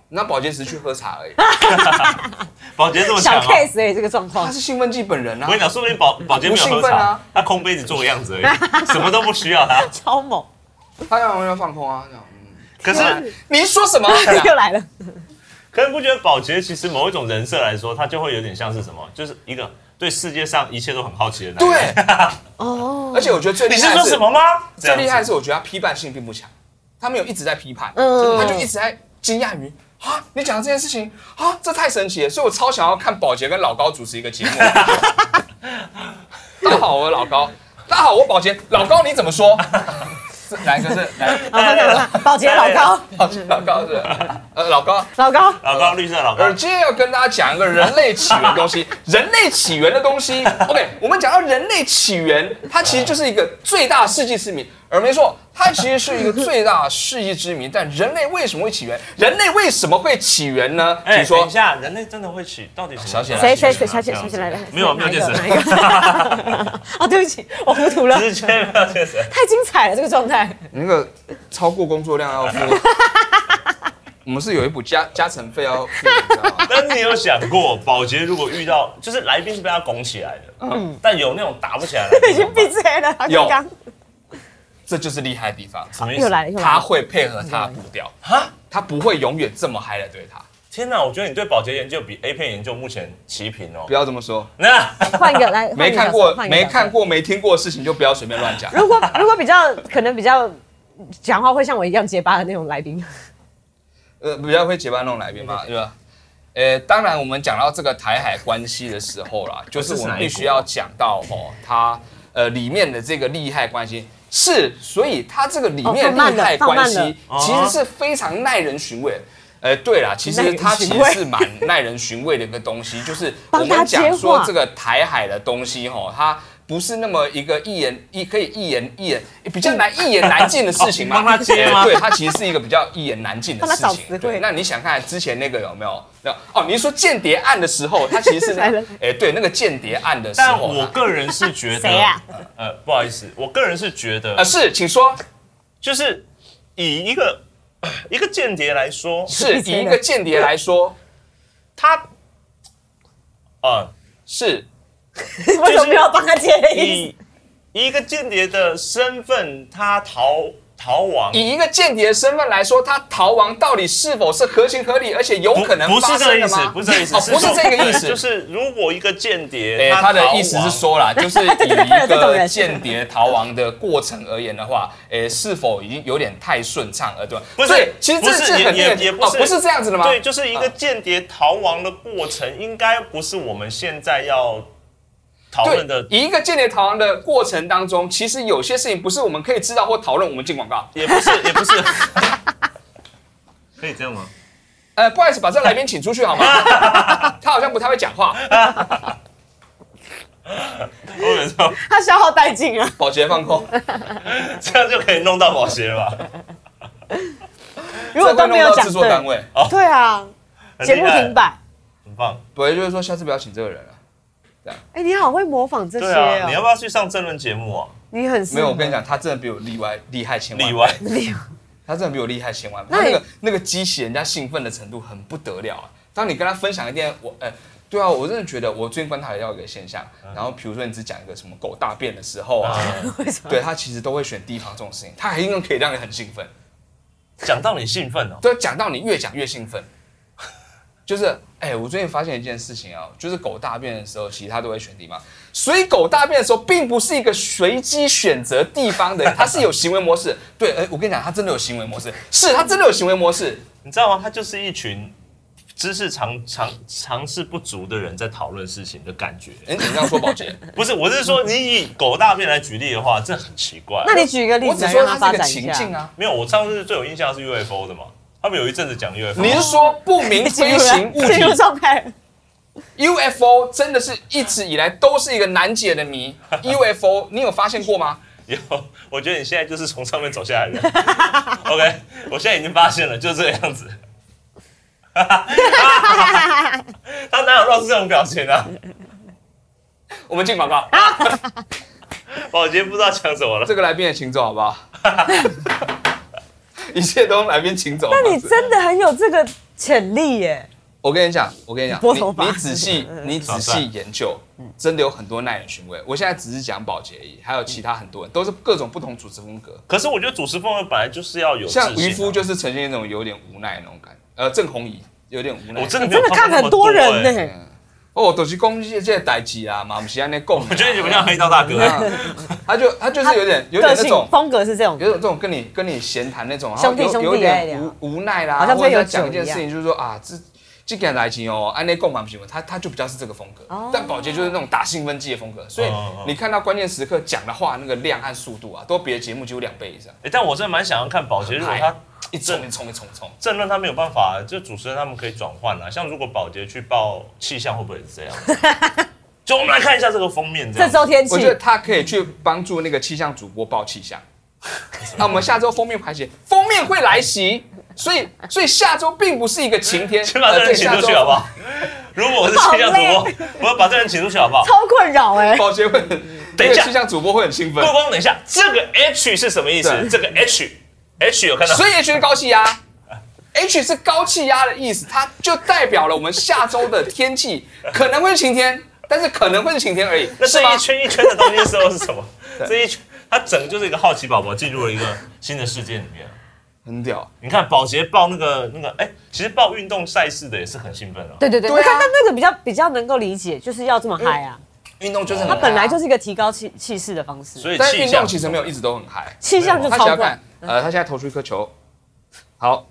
[SPEAKER 1] 那保洁只是去喝茶而已，
[SPEAKER 2] 啊
[SPEAKER 3] 保洁这么强
[SPEAKER 2] 小
[SPEAKER 3] 啊！
[SPEAKER 2] case 哎，这个状
[SPEAKER 1] 他
[SPEAKER 2] 况。
[SPEAKER 1] 是兴奋剂本人
[SPEAKER 3] 我
[SPEAKER 1] 啊
[SPEAKER 3] 跟你。讲，说不定保保洁没有
[SPEAKER 1] 不兴
[SPEAKER 3] 喝
[SPEAKER 1] 奋
[SPEAKER 3] 茶
[SPEAKER 1] 啊，
[SPEAKER 3] 他空杯子做个样子而已，什么都不需要他。
[SPEAKER 2] 超猛，
[SPEAKER 1] 他让人家放空啊，这样。
[SPEAKER 3] 可是，
[SPEAKER 1] 你说什 么？
[SPEAKER 2] 又来了，
[SPEAKER 3] 可是不觉得保洁其实某一种人设来说，他就会有点像是什么，就是一个对世界上一切都很好奇的男人。
[SPEAKER 1] 对，哦，而且我觉得最
[SPEAKER 3] 你
[SPEAKER 1] 厉
[SPEAKER 3] 是
[SPEAKER 1] 害的
[SPEAKER 3] 说
[SPEAKER 1] 是
[SPEAKER 3] 什么吗？这
[SPEAKER 1] 最
[SPEAKER 3] 样子
[SPEAKER 1] 厉害的是我觉得他批判性并不强，他没有一直在批判，
[SPEAKER 2] 嗯
[SPEAKER 1] 他就一直在惊讶于啊，你讲的这件事情啊，这太神奇了，所以我超想要看宝洁跟老高主持一个节 目。大家好，我是老高。大家好，我宝洁。老高你怎么 说？是哪一个是哪一个？
[SPEAKER 2] 好，看看看，保洁老高，
[SPEAKER 1] 老老高是呃老高。
[SPEAKER 2] 老高，
[SPEAKER 3] 老高，绿色老高
[SPEAKER 1] 而，今天要跟大家讲一个人类起源的东西，人类起源的东西。OK，我们讲到人类起源，它其实就是一个最大的世纪之谜。而没错，它其实是一个最大的世纪之谜。但人类为什么会起源？人类为什么会起源呢？
[SPEAKER 3] 哎，
[SPEAKER 1] 你说
[SPEAKER 3] 等一下，人类真的会起到底什么？
[SPEAKER 1] 小姐来
[SPEAKER 2] 谁
[SPEAKER 1] 谁
[SPEAKER 2] 谁
[SPEAKER 1] 谁
[SPEAKER 2] 谁
[SPEAKER 1] 小
[SPEAKER 2] 小姐小姐来了？
[SPEAKER 3] 没有没有健身
[SPEAKER 2] 哪一个？哦，对不起，我糊涂了，
[SPEAKER 3] 直接没有健身。
[SPEAKER 2] 太精彩了这个状态。
[SPEAKER 1] 你那个超过工作量要 付，我们是有一补加加成费要付，你知道吗？
[SPEAKER 3] 但是你有想过，保洁如果遇到就是来宾是被他拱起来的，但有那种打不起来的来宾
[SPEAKER 2] 已经闭嘴了，他
[SPEAKER 1] 有
[SPEAKER 2] 刚刚
[SPEAKER 1] 这就是厉害的地方，
[SPEAKER 3] 什么意
[SPEAKER 2] 又
[SPEAKER 3] 思？
[SPEAKER 2] 来了，又来
[SPEAKER 1] 他
[SPEAKER 2] 了。
[SPEAKER 1] 会配合他的步调，
[SPEAKER 3] 啊！
[SPEAKER 1] 他不会永远这么嗨的对他。
[SPEAKER 3] 天哪，我觉得你对保洁研究比 A 片研究目前齐平哦
[SPEAKER 1] 不。要这么说，
[SPEAKER 3] 那
[SPEAKER 2] 换一个来，
[SPEAKER 1] 没
[SPEAKER 2] 换一个
[SPEAKER 1] 看过
[SPEAKER 2] 角色换一个
[SPEAKER 1] 没
[SPEAKER 2] 角色
[SPEAKER 1] 看过没听过的事情就不要随便乱讲。
[SPEAKER 2] 如果如果比较可能比较讲话会像我一样结巴的那种来宾，
[SPEAKER 1] 呃，比较会结巴那种来宾嘛，对吧？呃，当然，我们讲到这个台海关系的时候
[SPEAKER 3] 哦
[SPEAKER 1] 啦，就是
[SPEAKER 3] 啊
[SPEAKER 1] 我们必须要讲到哦，它呃里面的这个利害关系是，所以它这个里面的利害关系
[SPEAKER 2] 哦
[SPEAKER 1] 其
[SPEAKER 3] 放慢了
[SPEAKER 1] 实是非常耐人寻味的。呃，对啦，其实它其
[SPEAKER 2] 耐人寻
[SPEAKER 1] 实
[SPEAKER 2] 味
[SPEAKER 1] 是蛮耐人寻味的一个东西，就是我
[SPEAKER 2] 帮他
[SPEAKER 1] 们讲
[SPEAKER 2] 接话
[SPEAKER 1] 说这个台海的东西哈，它不是那么一个一言一可以一言一言比较难一言难尽的事情嘛，
[SPEAKER 3] 帮他接吗
[SPEAKER 1] 对，它其实是一个比较一言难尽的
[SPEAKER 2] 帮他
[SPEAKER 1] 事
[SPEAKER 2] 找
[SPEAKER 1] 情。
[SPEAKER 2] 词汇
[SPEAKER 1] 对，那你想看之前那个有没有？那哦，你是说间谍案的时候，它其实是那
[SPEAKER 2] 来了
[SPEAKER 1] 哎， 对，那个间谍案的时
[SPEAKER 3] 但
[SPEAKER 1] 候
[SPEAKER 3] 我
[SPEAKER 1] 啊，
[SPEAKER 3] 个人是觉得
[SPEAKER 2] 谁啊，
[SPEAKER 3] 呃，不好意思，我个人是觉
[SPEAKER 1] 呃，
[SPEAKER 3] 得，
[SPEAKER 1] 是，请 说，
[SPEAKER 3] 就是以一个一个间谍来说，
[SPEAKER 1] 是
[SPEAKER 2] 以
[SPEAKER 1] 以
[SPEAKER 2] 前
[SPEAKER 1] 一
[SPEAKER 2] 的
[SPEAKER 1] 个间谍来说，
[SPEAKER 3] 他啊，
[SPEAKER 1] 是
[SPEAKER 2] 为什么要帮他接的意思？
[SPEAKER 3] 以以一个间谍的身份，他逃逃亡，
[SPEAKER 1] 以一个间谍的身份来说，他逃亡到底是否是合情合理，而且有可能
[SPEAKER 3] 不不是
[SPEAKER 1] 发
[SPEAKER 3] 这个
[SPEAKER 1] 生
[SPEAKER 3] 意
[SPEAKER 1] 的
[SPEAKER 3] 思
[SPEAKER 1] 吗？，
[SPEAKER 3] 不是这个意思，
[SPEAKER 1] 哦，不是这个意 思。
[SPEAKER 3] 就是如果一个间谍，
[SPEAKER 1] 哎，他的
[SPEAKER 3] 逃
[SPEAKER 1] 意思是
[SPEAKER 3] 亡
[SPEAKER 1] 说 啦，就是
[SPEAKER 2] 对
[SPEAKER 1] 以
[SPEAKER 2] 对对有
[SPEAKER 1] 一
[SPEAKER 2] 这种
[SPEAKER 1] 个
[SPEAKER 2] 人
[SPEAKER 1] 间谍逃亡的过程而言的话，哎，是否已经有点太顺畅了，对吧？
[SPEAKER 3] 不是
[SPEAKER 1] 所以其实
[SPEAKER 3] 不
[SPEAKER 1] 这
[SPEAKER 3] 是
[SPEAKER 1] 这
[SPEAKER 3] 也
[SPEAKER 1] 很令
[SPEAKER 3] 也
[SPEAKER 1] 人
[SPEAKER 3] 也不
[SPEAKER 1] 哦
[SPEAKER 3] 是
[SPEAKER 1] 不是这样子的吗？啊
[SPEAKER 3] 对，就是一个间谍逃亡的过程，应该不是我们现在要讨
[SPEAKER 1] 对，
[SPEAKER 3] 论的，
[SPEAKER 1] 以一个间谍逃亡的过程当中，其实有些事情不是我们可以知道或讨论。我们进广告，
[SPEAKER 3] 也不是，也不是。 可以这样吗？
[SPEAKER 1] 呃，不好意思，把这个来宾请出去好吗？他好像不太会讲话。
[SPEAKER 3] 我跟你说，
[SPEAKER 2] 他消耗殆尽 了，
[SPEAKER 1] 保洁放空，
[SPEAKER 3] 这样就可以弄到保洁了吧？
[SPEAKER 2] 如果
[SPEAKER 1] 这
[SPEAKER 2] 都
[SPEAKER 1] 会弄
[SPEAKER 2] 没有
[SPEAKER 1] 到
[SPEAKER 2] 讲
[SPEAKER 1] 制作单
[SPEAKER 2] 对，
[SPEAKER 1] 位。
[SPEAKER 2] 对啊，
[SPEAKER 3] 很
[SPEAKER 2] 节
[SPEAKER 3] 厉
[SPEAKER 2] 目
[SPEAKER 3] 害
[SPEAKER 2] 停，摆，
[SPEAKER 3] 很棒。
[SPEAKER 1] 保洁就是说，下次不要请这个人了。
[SPEAKER 2] 哎、你好会模仿这些
[SPEAKER 3] 对
[SPEAKER 2] 哦、
[SPEAKER 3] 啊，你要不要去上政论节目啊？
[SPEAKER 2] 你很适合
[SPEAKER 1] 没有，我跟你，讲，他真的比我例外厉害千万。
[SPEAKER 3] 例外，
[SPEAKER 1] 他真的比我厉害千万倍。
[SPEAKER 2] 那
[SPEAKER 1] 他那
[SPEAKER 2] 你
[SPEAKER 1] 个那个激起人家兴奋的程度很不得了啊！当你跟他分享一点，我呃，对啊，我真的觉得我最近观察到一个现象，然后比如说你只讲一个什么狗大便的时候啊，
[SPEAKER 2] 为什么？
[SPEAKER 1] 对他其实都会选地方这种事情，他还一样可以让你很兴奋。
[SPEAKER 3] 讲到你兴奋哦，
[SPEAKER 1] 对，讲到你越讲越兴奋，就是哎、我最近发现一件事情啊，就是狗大便的时候，其实他都会选地方，所以狗大便的时候并不是一个随机选择地方的，它是有行为模式。对，哎、我跟你讲，它真的有行为模式，是它真的有行为模式。
[SPEAKER 3] 你知道吗？他就是一群知识尝尝尝试不足的人在讨论事情的感觉。
[SPEAKER 1] 哎、你这样说保洁，
[SPEAKER 3] 不是，我是说你以狗大便来举例的话，这很奇怪。
[SPEAKER 2] 那你举一个 例
[SPEAKER 1] 我
[SPEAKER 2] 子
[SPEAKER 1] 只
[SPEAKER 2] 来
[SPEAKER 1] 说
[SPEAKER 2] 让
[SPEAKER 1] 它
[SPEAKER 2] 他发
[SPEAKER 1] 是一个
[SPEAKER 2] 展一
[SPEAKER 1] 情境
[SPEAKER 2] 下。
[SPEAKER 1] 啊。
[SPEAKER 3] 没有，我上次最有印象是 UFO 的嘛，他们有一阵子讲 UFO，
[SPEAKER 1] 你是说不明
[SPEAKER 2] 进
[SPEAKER 1] 飞
[SPEAKER 2] 入
[SPEAKER 1] 行物
[SPEAKER 2] 进入
[SPEAKER 1] 体
[SPEAKER 2] 状态，
[SPEAKER 1] UFO 真的是一直以来都是一个难解的谜？UFO 你有发现过吗？
[SPEAKER 3] 有，我觉得你现在就是从上面走下来的。OK，我现在已经发现了，就是这个样子。 他哪有露出这种表情啊？
[SPEAKER 1] 我们进广告，
[SPEAKER 3] 哦我今天不知道讲什么了。
[SPEAKER 1] 这个来宾也请走好不好？ 一切都用来宾请走。
[SPEAKER 2] 那你真的很有这个潜力耶！
[SPEAKER 1] 我跟你讲，我跟你讲，
[SPEAKER 2] 拨头发
[SPEAKER 1] 你你仔 细你仔细研究，真的有很多耐人寻味。我现在只是讲保洁而已，还有其他很多人都是各种不同主持风格。
[SPEAKER 3] 可是我觉得主持风格本来就是要有
[SPEAKER 1] 像
[SPEAKER 3] 自信啊
[SPEAKER 1] 渔夫就是呈现一种有点无奈的那种感觉，呃，郑红怡有点无奈。
[SPEAKER 3] 我真的没
[SPEAKER 2] 哎真
[SPEAKER 3] 有
[SPEAKER 2] 的看
[SPEAKER 3] 过那
[SPEAKER 2] 很哎
[SPEAKER 3] 么
[SPEAKER 2] 多人
[SPEAKER 3] 欸。
[SPEAKER 2] 呢，
[SPEAKER 1] 哦，都、是攻击这代志啊嘛，不是安尼讲。
[SPEAKER 3] 我觉得你们像黑道大哥欸，
[SPEAKER 1] 啊， 他就他就是有点有点那
[SPEAKER 2] 个性
[SPEAKER 1] 种，
[SPEAKER 2] 风格是这种
[SPEAKER 1] 有，种这种跟你跟你闲谈那种，然后
[SPEAKER 2] 兄弟
[SPEAKER 1] 有
[SPEAKER 2] 兄弟
[SPEAKER 1] 有
[SPEAKER 2] 来聊
[SPEAKER 1] 点无无奈啦，
[SPEAKER 2] 好像
[SPEAKER 1] 或者
[SPEAKER 2] 在
[SPEAKER 1] 在
[SPEAKER 2] 有
[SPEAKER 1] 讲一
[SPEAKER 2] 酒
[SPEAKER 1] 件
[SPEAKER 2] 一
[SPEAKER 1] 事
[SPEAKER 2] 样
[SPEAKER 1] 情，就是说啊，这这个来劲哦，安内共嘛不行，他他就比较是这个风格
[SPEAKER 2] 哦，
[SPEAKER 1] 但保洁就是那种打兴奋剂的风格，所以
[SPEAKER 3] 嗯嗯嗯
[SPEAKER 1] 你看到关键时刻讲的话，那个量和速度啊，都别的节目几乎两倍以上，
[SPEAKER 3] 哎但我真的蛮想要看保洁，如
[SPEAKER 2] 哎
[SPEAKER 3] 果他
[SPEAKER 1] 一冲一冲一冲一冲，
[SPEAKER 3] 政论他没有办法，就主持人他们可以转换啊。像如果保洁去报气象，会不会也是这样？ 就我们来看一下这个封面，这
[SPEAKER 2] 这
[SPEAKER 3] 样
[SPEAKER 2] 周天
[SPEAKER 1] 我
[SPEAKER 2] 气
[SPEAKER 1] 觉得他可以去帮助那个气象主播报气象。那我们下周封面还袭，封面会来袭，所以所以下周并不是一个晴 天，
[SPEAKER 3] 先把这
[SPEAKER 1] 呃
[SPEAKER 3] 人请出去好不？好？如果我是气象主
[SPEAKER 2] 好
[SPEAKER 3] 播，我要把这人请出去好 不好？
[SPEAKER 2] 超困扰哎
[SPEAKER 1] 对下周。保洁会很，
[SPEAKER 3] 等
[SPEAKER 1] 那
[SPEAKER 3] 一
[SPEAKER 1] 个
[SPEAKER 3] 下
[SPEAKER 1] 气象主播会很兴奋
[SPEAKER 3] 不，光等一下，这个 H 是什么意思
[SPEAKER 1] 对？
[SPEAKER 3] 这个 H H 有看到？
[SPEAKER 1] 所以 H 是高气压。H 是高气压的意思，它就代表了我们下周的天气可能会是晴天，但是可能会是晴天而已，
[SPEAKER 3] 那
[SPEAKER 1] 是
[SPEAKER 3] 这
[SPEAKER 1] 吗
[SPEAKER 3] 一？圈一圈的东西是又是什么？这一圈，它整就是一个好奇宝宝进入了一个新的世界里面。
[SPEAKER 1] 很屌，
[SPEAKER 3] 你看保洁报那个那个，哎、其实报运动赛事的也是很兴奋啊。
[SPEAKER 2] 对对对，
[SPEAKER 1] 对啊
[SPEAKER 2] 但但那个比较比较能够理解，就是要这么嗨啊！
[SPEAKER 1] 运动就是很，
[SPEAKER 3] 嗯
[SPEAKER 2] 它本来就是是一个提高气气势的方式，
[SPEAKER 3] 所以
[SPEAKER 1] 但
[SPEAKER 3] 气
[SPEAKER 1] 运
[SPEAKER 3] 象
[SPEAKER 1] 动其实没有一直都很嗨。
[SPEAKER 2] 气象就
[SPEAKER 1] 他想
[SPEAKER 2] 超
[SPEAKER 1] 要
[SPEAKER 2] 怪
[SPEAKER 1] 看。，呃，他现在投出一颗球，好，